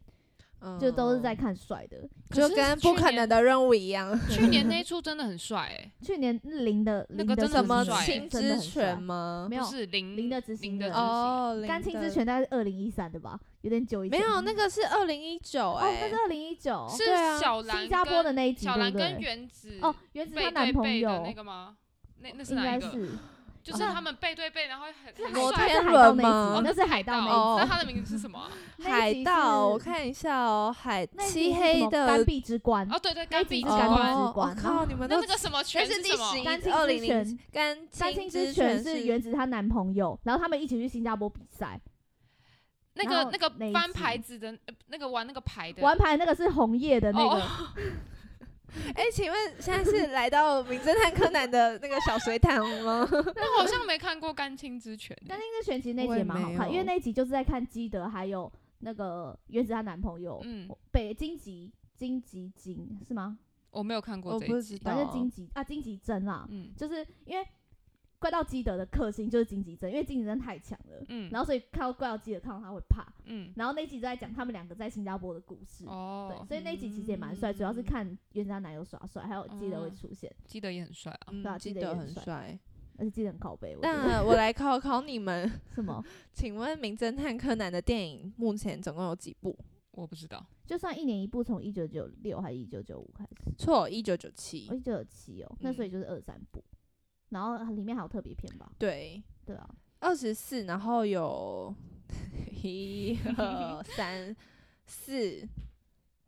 Speaker 2: 嗯
Speaker 3: 就都是在看帅的。
Speaker 1: 可
Speaker 2: 就是跟
Speaker 1: 去
Speaker 2: 不可
Speaker 1: 年
Speaker 2: 能的任务一
Speaker 1: *laughs*
Speaker 2: 样，
Speaker 1: 去年那一出真的很帅哎、
Speaker 3: 去年零的
Speaker 1: 那
Speaker 3: 零
Speaker 1: 个
Speaker 3: 的
Speaker 1: 真的
Speaker 2: 什
Speaker 1: 很
Speaker 2: 么
Speaker 1: 帅
Speaker 2: 青
Speaker 3: 真的
Speaker 2: 之
Speaker 3: 很帅
Speaker 2: 泉吗？
Speaker 3: 没有
Speaker 1: 不是零
Speaker 3: 零的执行
Speaker 1: 零的
Speaker 3: 人
Speaker 1: 执行
Speaker 2: 哦，零
Speaker 3: 干青
Speaker 2: 的
Speaker 3: 之泉大概是二零一三的吧，有点久以
Speaker 2: 没
Speaker 3: 前。
Speaker 2: 有，那个是二零一九
Speaker 3: 哦，那
Speaker 2: 哎
Speaker 3: 是，二零一九，
Speaker 1: 是
Speaker 2: 对啊
Speaker 1: 小兰
Speaker 3: 新加坡的
Speaker 1: 跟
Speaker 3: 那一集，
Speaker 1: 小兰
Speaker 3: 对不
Speaker 1: 跟
Speaker 3: 对
Speaker 1: 原子
Speaker 3: 哦，原子她
Speaker 1: 背
Speaker 3: 男
Speaker 1: 对
Speaker 3: 朋
Speaker 1: 背的
Speaker 3: 友
Speaker 1: 那个吗？那那是
Speaker 3: 应
Speaker 1: 哪
Speaker 3: 该
Speaker 1: 一个？
Speaker 3: 是
Speaker 1: 就是
Speaker 3: 哦
Speaker 1: 他们背对背，然后很
Speaker 3: 是海
Speaker 1: 很
Speaker 2: 摩
Speaker 1: 帅
Speaker 2: 天
Speaker 1: 的哦
Speaker 3: 那是海
Speaker 2: 轮
Speaker 3: 盗
Speaker 2: 吗哦
Speaker 3: 那一集那是海盗那一集
Speaker 1: 那他的名字是什么啊？
Speaker 3: 那一
Speaker 2: 海
Speaker 3: 集
Speaker 2: 盗，
Speaker 3: 是
Speaker 2: 我看一下哦，海
Speaker 3: 那一集
Speaker 2: 漆
Speaker 3: 是
Speaker 2: 黑
Speaker 3: 什么
Speaker 2: 的
Speaker 3: 干壁之冠，
Speaker 1: 哦，对对，
Speaker 3: 嗯那
Speaker 1: 干
Speaker 3: 一集
Speaker 1: 冰
Speaker 3: 是
Speaker 1: 之
Speaker 3: 干
Speaker 1: 冠
Speaker 3: 冰
Speaker 2: 哦，
Speaker 3: 之
Speaker 2: 我
Speaker 3: 冠然
Speaker 2: 靠，
Speaker 3: 后
Speaker 2: 你们
Speaker 1: 那
Speaker 2: 都
Speaker 1: 那个什么
Speaker 2: 那
Speaker 1: 泉
Speaker 2: 是第
Speaker 1: 什么
Speaker 2: 十？一
Speaker 3: 干青
Speaker 2: 二
Speaker 3: 之
Speaker 2: 零零
Speaker 3: 泉
Speaker 2: 干
Speaker 3: 三
Speaker 2: 青
Speaker 3: 星
Speaker 2: 之
Speaker 3: 之
Speaker 2: 泉
Speaker 3: 泉是原子她男朋友，然后他们一起去新加坡比赛，
Speaker 1: 那
Speaker 3: 然
Speaker 1: 个
Speaker 3: 后
Speaker 1: 那个
Speaker 3: 那一
Speaker 1: 翻
Speaker 3: 集
Speaker 1: 牌子的，呃那个玩那个牌的，
Speaker 3: 玩牌那个是红叶的
Speaker 1: 哦
Speaker 3: 那个，
Speaker 2: 哎，请问现在是来到《名侦探柯南》的那个小水塘
Speaker 3: *laughs*
Speaker 2: 吗？
Speaker 3: 嗯
Speaker 1: 那我好像没看过《干青之泉》欸。
Speaker 3: 但那个选集那
Speaker 2: 我
Speaker 3: 集
Speaker 2: 也
Speaker 3: 也蛮好
Speaker 2: 没
Speaker 3: 看，因
Speaker 2: 有
Speaker 3: 为那一集就是在看基德还有那个原子她男朋友，
Speaker 1: 嗯，
Speaker 3: 北荆棘荆棘金是吗？
Speaker 1: 我没有看过
Speaker 2: 我
Speaker 1: 这
Speaker 2: 不
Speaker 1: 一集
Speaker 2: 知。
Speaker 3: 反正
Speaker 2: 道
Speaker 3: 荆棘啊荆棘针啦，
Speaker 1: 嗯
Speaker 3: 就是因为怪盗基德的克星就是荆棘针，因为荆棘针太强了。
Speaker 1: 嗯
Speaker 3: 然后所以看到怪盗基德看到他会怕，
Speaker 1: 嗯，
Speaker 3: 然后那一集就在讲他们两个在新加坡的故事，对，
Speaker 1: 哦，
Speaker 3: 所以那一集其实也蛮帅，主要是看原子她男友耍帅，还有基德会
Speaker 1: 嗯
Speaker 3: 出现，
Speaker 1: 基德也很帅啊。
Speaker 2: 嗯
Speaker 3: 对啊
Speaker 2: 记
Speaker 3: 记得
Speaker 2: 得
Speaker 3: 也
Speaker 2: 很
Speaker 3: 帅
Speaker 2: 帅。
Speaker 3: 而且基德很靠 *laughs* 背，我
Speaker 1: 嗯
Speaker 3: 觉得
Speaker 2: 那我来考考你们，
Speaker 3: 什么，
Speaker 2: 请问《名侦探柯南》的电影目前总共有几部？
Speaker 1: 我不知道，
Speaker 3: 就算一年一部，从一九九六还是一九九五开始，
Speaker 2: 错，一九九七
Speaker 3: 我。一九九七哦，
Speaker 1: 嗯
Speaker 3: 那所以就是二三部，然后里面还有特别篇吧，
Speaker 2: 对，
Speaker 3: 对啊，
Speaker 2: 二十四，然后有一、
Speaker 3: *laughs*
Speaker 2: 二、三、四，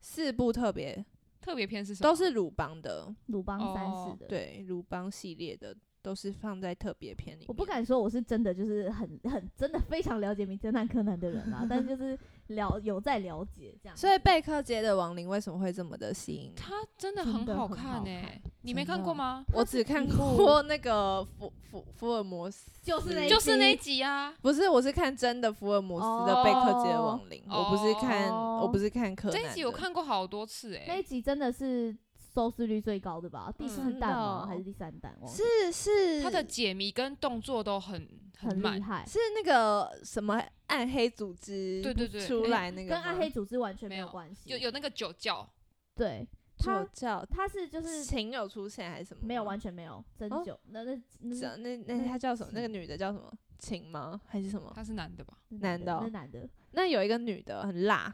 Speaker 2: 四部特别
Speaker 1: 特别篇是什么？
Speaker 2: 都是鲁邦的，
Speaker 3: 鲁邦三
Speaker 1: 哦
Speaker 3: 世的，
Speaker 2: 对，鲁邦系列的都是放在特别篇里面。
Speaker 3: 我不敢说我是真的就是很很真的非常了解《名侦探柯南》的
Speaker 2: *laughs*
Speaker 3: 人啦，但是就是了有在了解这样。
Speaker 2: 所以贝克街的亡灵为什么会这么的吸引你？
Speaker 1: 他真的
Speaker 3: 真
Speaker 1: 很
Speaker 3: 的
Speaker 1: 好
Speaker 3: 很
Speaker 1: 看
Speaker 3: 好
Speaker 1: 诶
Speaker 3: 看，
Speaker 1: 你没
Speaker 3: 真
Speaker 1: 看
Speaker 3: 的
Speaker 1: 过吗？
Speaker 2: 我只看
Speaker 3: 一部
Speaker 2: 过那个福福福尔摩斯，
Speaker 3: 就是那一
Speaker 1: 就是那一
Speaker 3: 集
Speaker 1: 集啊。
Speaker 2: 不是，我是看真的福尔摩斯的贝克街的亡灵，
Speaker 1: 哦
Speaker 2: 我不是看，
Speaker 3: 哦
Speaker 2: 我不是看柯南
Speaker 1: 这
Speaker 2: 的。
Speaker 1: 一集我看过好多次
Speaker 3: *laughs*
Speaker 1: 欸
Speaker 3: 那一
Speaker 1: 诶，
Speaker 3: 集真的是收视率最高的吧？第四
Speaker 2: 真的
Speaker 3: 弹
Speaker 2: 哦
Speaker 3: 吗？还是第三弹？忘记
Speaker 2: 是是
Speaker 1: 他的解谜跟动作都很
Speaker 3: 很厉
Speaker 1: 慢，
Speaker 3: 害，
Speaker 2: 是那个什么暗黑组织
Speaker 1: 对对对
Speaker 2: 出来那个
Speaker 3: 跟暗
Speaker 2: 吗
Speaker 3: 黑组织完全没
Speaker 1: 没
Speaker 3: 有
Speaker 1: 有
Speaker 3: 关系。
Speaker 1: 有有那个酒窖，
Speaker 3: 对，他
Speaker 2: 就叫
Speaker 3: 他是就是
Speaker 2: 情有出现还是什么吗？
Speaker 3: 没有完全没有针
Speaker 2: 哦
Speaker 3: 灸，那那
Speaker 2: 这
Speaker 3: 那
Speaker 2: 那那他叫什么？那个
Speaker 3: 那
Speaker 2: 女的叫什么？晴吗？还是什么？
Speaker 1: 他是男的吧？
Speaker 3: 那
Speaker 2: 男的哦
Speaker 3: 那男的，
Speaker 2: 那有一个女的很辣，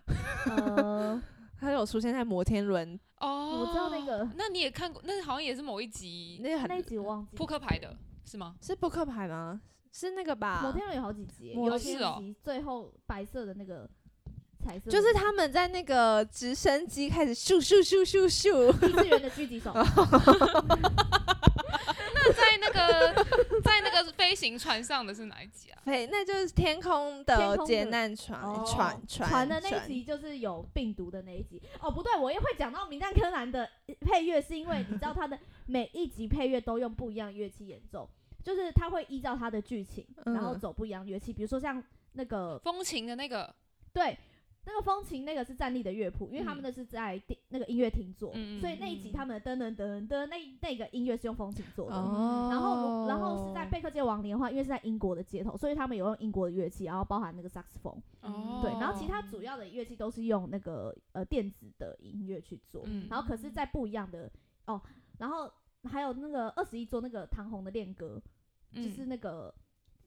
Speaker 3: 呃，
Speaker 2: 她有出现在摩天轮，
Speaker 1: 哦，
Speaker 3: 知道
Speaker 2: *laughs*
Speaker 3: 那个
Speaker 1: 那你也看过，那好像也是某一集
Speaker 2: 那个
Speaker 3: 那一
Speaker 2: 很
Speaker 3: 集我忘记
Speaker 1: 扑克
Speaker 3: 了
Speaker 1: 牌的，是吗？ *laughs*
Speaker 2: 是扑克牌吗？是那个
Speaker 3: 摩
Speaker 2: 吧？
Speaker 3: 天轮有好几集耶，
Speaker 2: 摩
Speaker 3: 有一
Speaker 1: 是
Speaker 3: 集
Speaker 1: 哦
Speaker 3: 最后白色的那个彩色的，
Speaker 2: 就是他们在那个直升机开始咻咻咻咻咻，
Speaker 3: 异次元的狙
Speaker 1: *laughs*
Speaker 3: 击手，
Speaker 1: 啊那在那个在那个飞行船上的是哪一集啊？
Speaker 2: 对，那就是天空
Speaker 3: 天
Speaker 2: 的
Speaker 3: 空
Speaker 2: 劫
Speaker 3: 的
Speaker 2: 难船
Speaker 3: 哦
Speaker 2: 船
Speaker 3: 船的那一
Speaker 2: 船
Speaker 3: 集就是有病毒的那一集。哦，不对，我也会讲到《名侦探柯南》的配乐，是因为你知道它的每一集配乐都用不一样的乐器演奏，就是它会依照它的剧情，然后
Speaker 2: 嗯
Speaker 3: 走不一样的乐器，比如说像那个
Speaker 1: 风情的那个，
Speaker 3: 对。那个风琴那个是站立的乐谱，因为他们
Speaker 1: 嗯
Speaker 3: 那是在地那个音乐厅做，
Speaker 1: 嗯嗯
Speaker 3: 所以那一集他们的噔噔噔噔那那个音乐是用风琴做的。
Speaker 2: 哦，
Speaker 3: 嗯然后如，然后是在贝克街亡灵的话，因为是在英国的街头，所以他们有用英国的乐器，然后包含那个萨克斯风，
Speaker 1: 哦，
Speaker 3: 对，然后其他主要的乐器都是用那个呃电子的音乐去做，
Speaker 1: 嗯
Speaker 3: 然后可是，在不一样的哦，然后还有那个二十一桌那个唐红的恋歌，
Speaker 1: 嗯
Speaker 3: 就是那个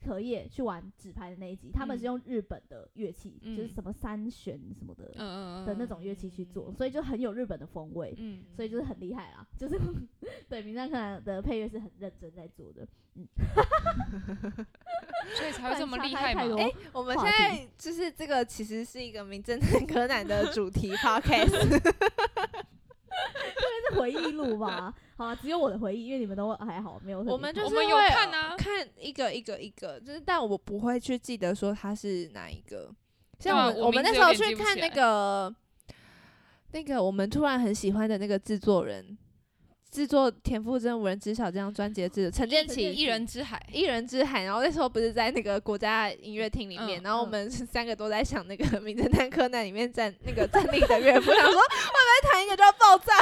Speaker 3: 荷叶去玩纸牌的那一集，他们是
Speaker 1: 嗯
Speaker 3: 用日本的乐器，就是
Speaker 1: 嗯
Speaker 3: 什么三弦什么的、
Speaker 1: 嗯嗯嗯
Speaker 3: 的那种乐器去做，，所以就很有日本的风味，
Speaker 1: 嗯，
Speaker 3: 所以就是很厉害啦，就是对《名侦探柯南》的配乐是很认真在做的。
Speaker 1: 所以才会这么厉害
Speaker 3: 反差
Speaker 1: 嘛
Speaker 3: 太多。
Speaker 2: 哎我们
Speaker 3: 话
Speaker 2: 现
Speaker 3: 题
Speaker 2: 在就是这个，其实是一个《名侦探柯南》的主
Speaker 3: *laughs*
Speaker 2: 题 podcast。
Speaker 3: 这是回忆录吧？好啊，只有我的回忆，因为你们都还好，没有特别
Speaker 2: 我们
Speaker 3: 好
Speaker 2: 就是
Speaker 1: 我们有
Speaker 2: 会
Speaker 1: 看啊
Speaker 2: 看一个一个一个，就是但我不会去记得说它是哪一个。
Speaker 1: 对啊
Speaker 2: 像我们
Speaker 1: 我
Speaker 2: 我们
Speaker 1: 名字
Speaker 2: 那时
Speaker 1: 有
Speaker 2: 候
Speaker 1: 点记
Speaker 2: 去
Speaker 1: 不
Speaker 2: 看
Speaker 1: 起
Speaker 2: 那
Speaker 1: 来
Speaker 2: 个那个我们突然很喜欢的那个制作人，制作田馥甄《无人知晓》这张专辑的制作陈建
Speaker 3: 陈
Speaker 2: 奇
Speaker 3: 建
Speaker 2: 一
Speaker 1: 一人之海，
Speaker 2: 一人之海，然后那时候不是在那个国家音乐厅里
Speaker 1: 嗯
Speaker 2: 面，然后我
Speaker 3: 嗯
Speaker 2: 们是三个都在想那个《名侦探柯南》里面站那个站立的岳父，想说会不会弹一个就要爆炸？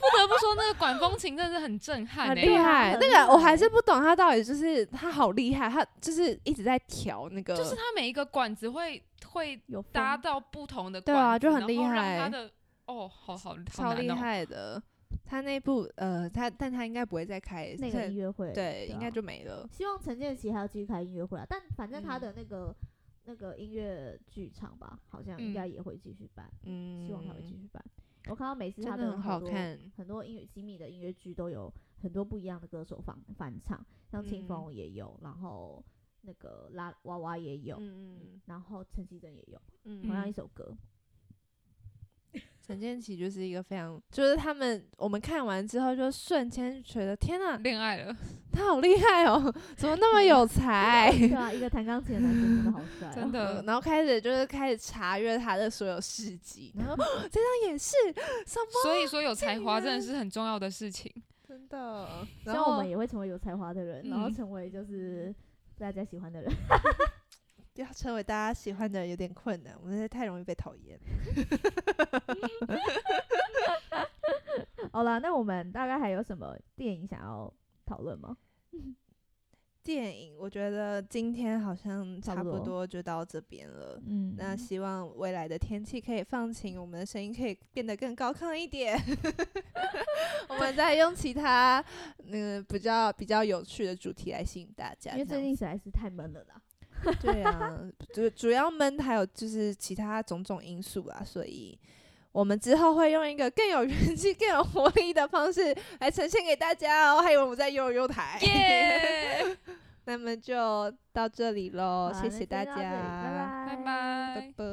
Speaker 1: 不得不说那个管风琴真的是很震撼欸
Speaker 2: 很
Speaker 1: 呢。
Speaker 2: 厉害
Speaker 3: 很。厉
Speaker 2: 那个我
Speaker 3: 害
Speaker 2: 还是不懂他到底就是他好厉害，他就是一直在调那个，
Speaker 1: 就是它每一个管子会会
Speaker 3: 有
Speaker 1: 搭
Speaker 3: 风
Speaker 1: 到不同的
Speaker 2: 对
Speaker 1: 管
Speaker 2: 啊
Speaker 1: 子
Speaker 2: 就很厉
Speaker 1: 然后让
Speaker 2: 害
Speaker 1: 它的哦，好好
Speaker 2: 超
Speaker 1: 好
Speaker 2: 厉
Speaker 1: 难哦。
Speaker 2: 害的。他那部呃，他但他应该不会再开，
Speaker 3: 那
Speaker 2: 这
Speaker 3: 个音乐会，
Speaker 2: 对，
Speaker 3: 啊
Speaker 2: 应该就没了。
Speaker 3: 希望陈建奇还要继续开音乐会啊。但反正他
Speaker 1: 嗯
Speaker 3: 的那个、那个音乐剧场吧，好像应该也会继续办，
Speaker 2: 嗯，
Speaker 3: 希望他会继续办。我看到每次
Speaker 2: 真
Speaker 3: 他
Speaker 2: 的很好
Speaker 3: 多嗯
Speaker 2: 看。
Speaker 3: 很多音乐吉米的音乐剧都有很多不一样的歌手翻翻唱，像清
Speaker 2: 嗯
Speaker 3: 风也有，然后那个拉娃娃也有，
Speaker 2: 嗯
Speaker 3: 然后陈绮贞也有，
Speaker 2: 嗯
Speaker 3: 同
Speaker 2: 嗯，
Speaker 3: 样一首
Speaker 2: *laughs*
Speaker 3: 歌，
Speaker 2: 陈建奇就是一个非常，就是他们我们看完之后就瞬间觉得天呐，
Speaker 1: 恋爱了，
Speaker 2: 他好厉害哦，怎么
Speaker 3: 嗯
Speaker 2: 那么有
Speaker 3: *laughs*
Speaker 2: 才？
Speaker 3: 对啊，一个弹钢琴的男生真的
Speaker 2: *laughs*
Speaker 3: 好
Speaker 2: 哎
Speaker 3: 帅、啊，
Speaker 1: 真的。
Speaker 2: 然后开始就是开始查阅他的所有事迹，
Speaker 3: *laughs*
Speaker 2: 然后哦这张也是什么？
Speaker 1: 所以说有
Speaker 2: 竟
Speaker 1: 才华真的
Speaker 2: 然
Speaker 1: 是很重要的事情。
Speaker 2: 真的，
Speaker 3: 希
Speaker 2: 然
Speaker 3: 望我
Speaker 2: 后
Speaker 3: 们也会成为有才华的人，然后
Speaker 1: 嗯
Speaker 3: 成为就是大家喜欢的人。
Speaker 2: 要成为大家喜欢的有点困难，我们太容易被讨厌。
Speaker 3: 好啦，那我们大概还有什么电影想要讨论吗？
Speaker 2: 电影，我觉得今天好像
Speaker 3: 差
Speaker 2: 差
Speaker 3: 不
Speaker 2: 不
Speaker 3: 多
Speaker 2: 多就到这边了。
Speaker 3: 嗯
Speaker 2: 那希望未来的天气可以放晴，我们的声音可以变得更高亢一点。 *laughs* 我们再用其他嗯、比较比较有趣的主题来吸引大家。
Speaker 3: 因为
Speaker 2: 这
Speaker 3: 最
Speaker 2: 样
Speaker 3: *laughs* 近实在是太闷了啦。
Speaker 2: 对啊，主主要闷还有就是其他种种因素啦，所以我们之后会用一个更有元气、更有活力的方式来呈现给大家哦。还以为我们在悠悠台，
Speaker 1: 耶，
Speaker 2: *laughs*
Speaker 1: *laughs*
Speaker 2: 那么就到这里喽
Speaker 3: 好，啦
Speaker 2: 谢
Speaker 3: 那
Speaker 2: 哦谢
Speaker 3: 先
Speaker 2: 大
Speaker 3: 到这里
Speaker 2: 家，
Speaker 3: 拜
Speaker 1: 拜拜
Speaker 2: 拜。拜。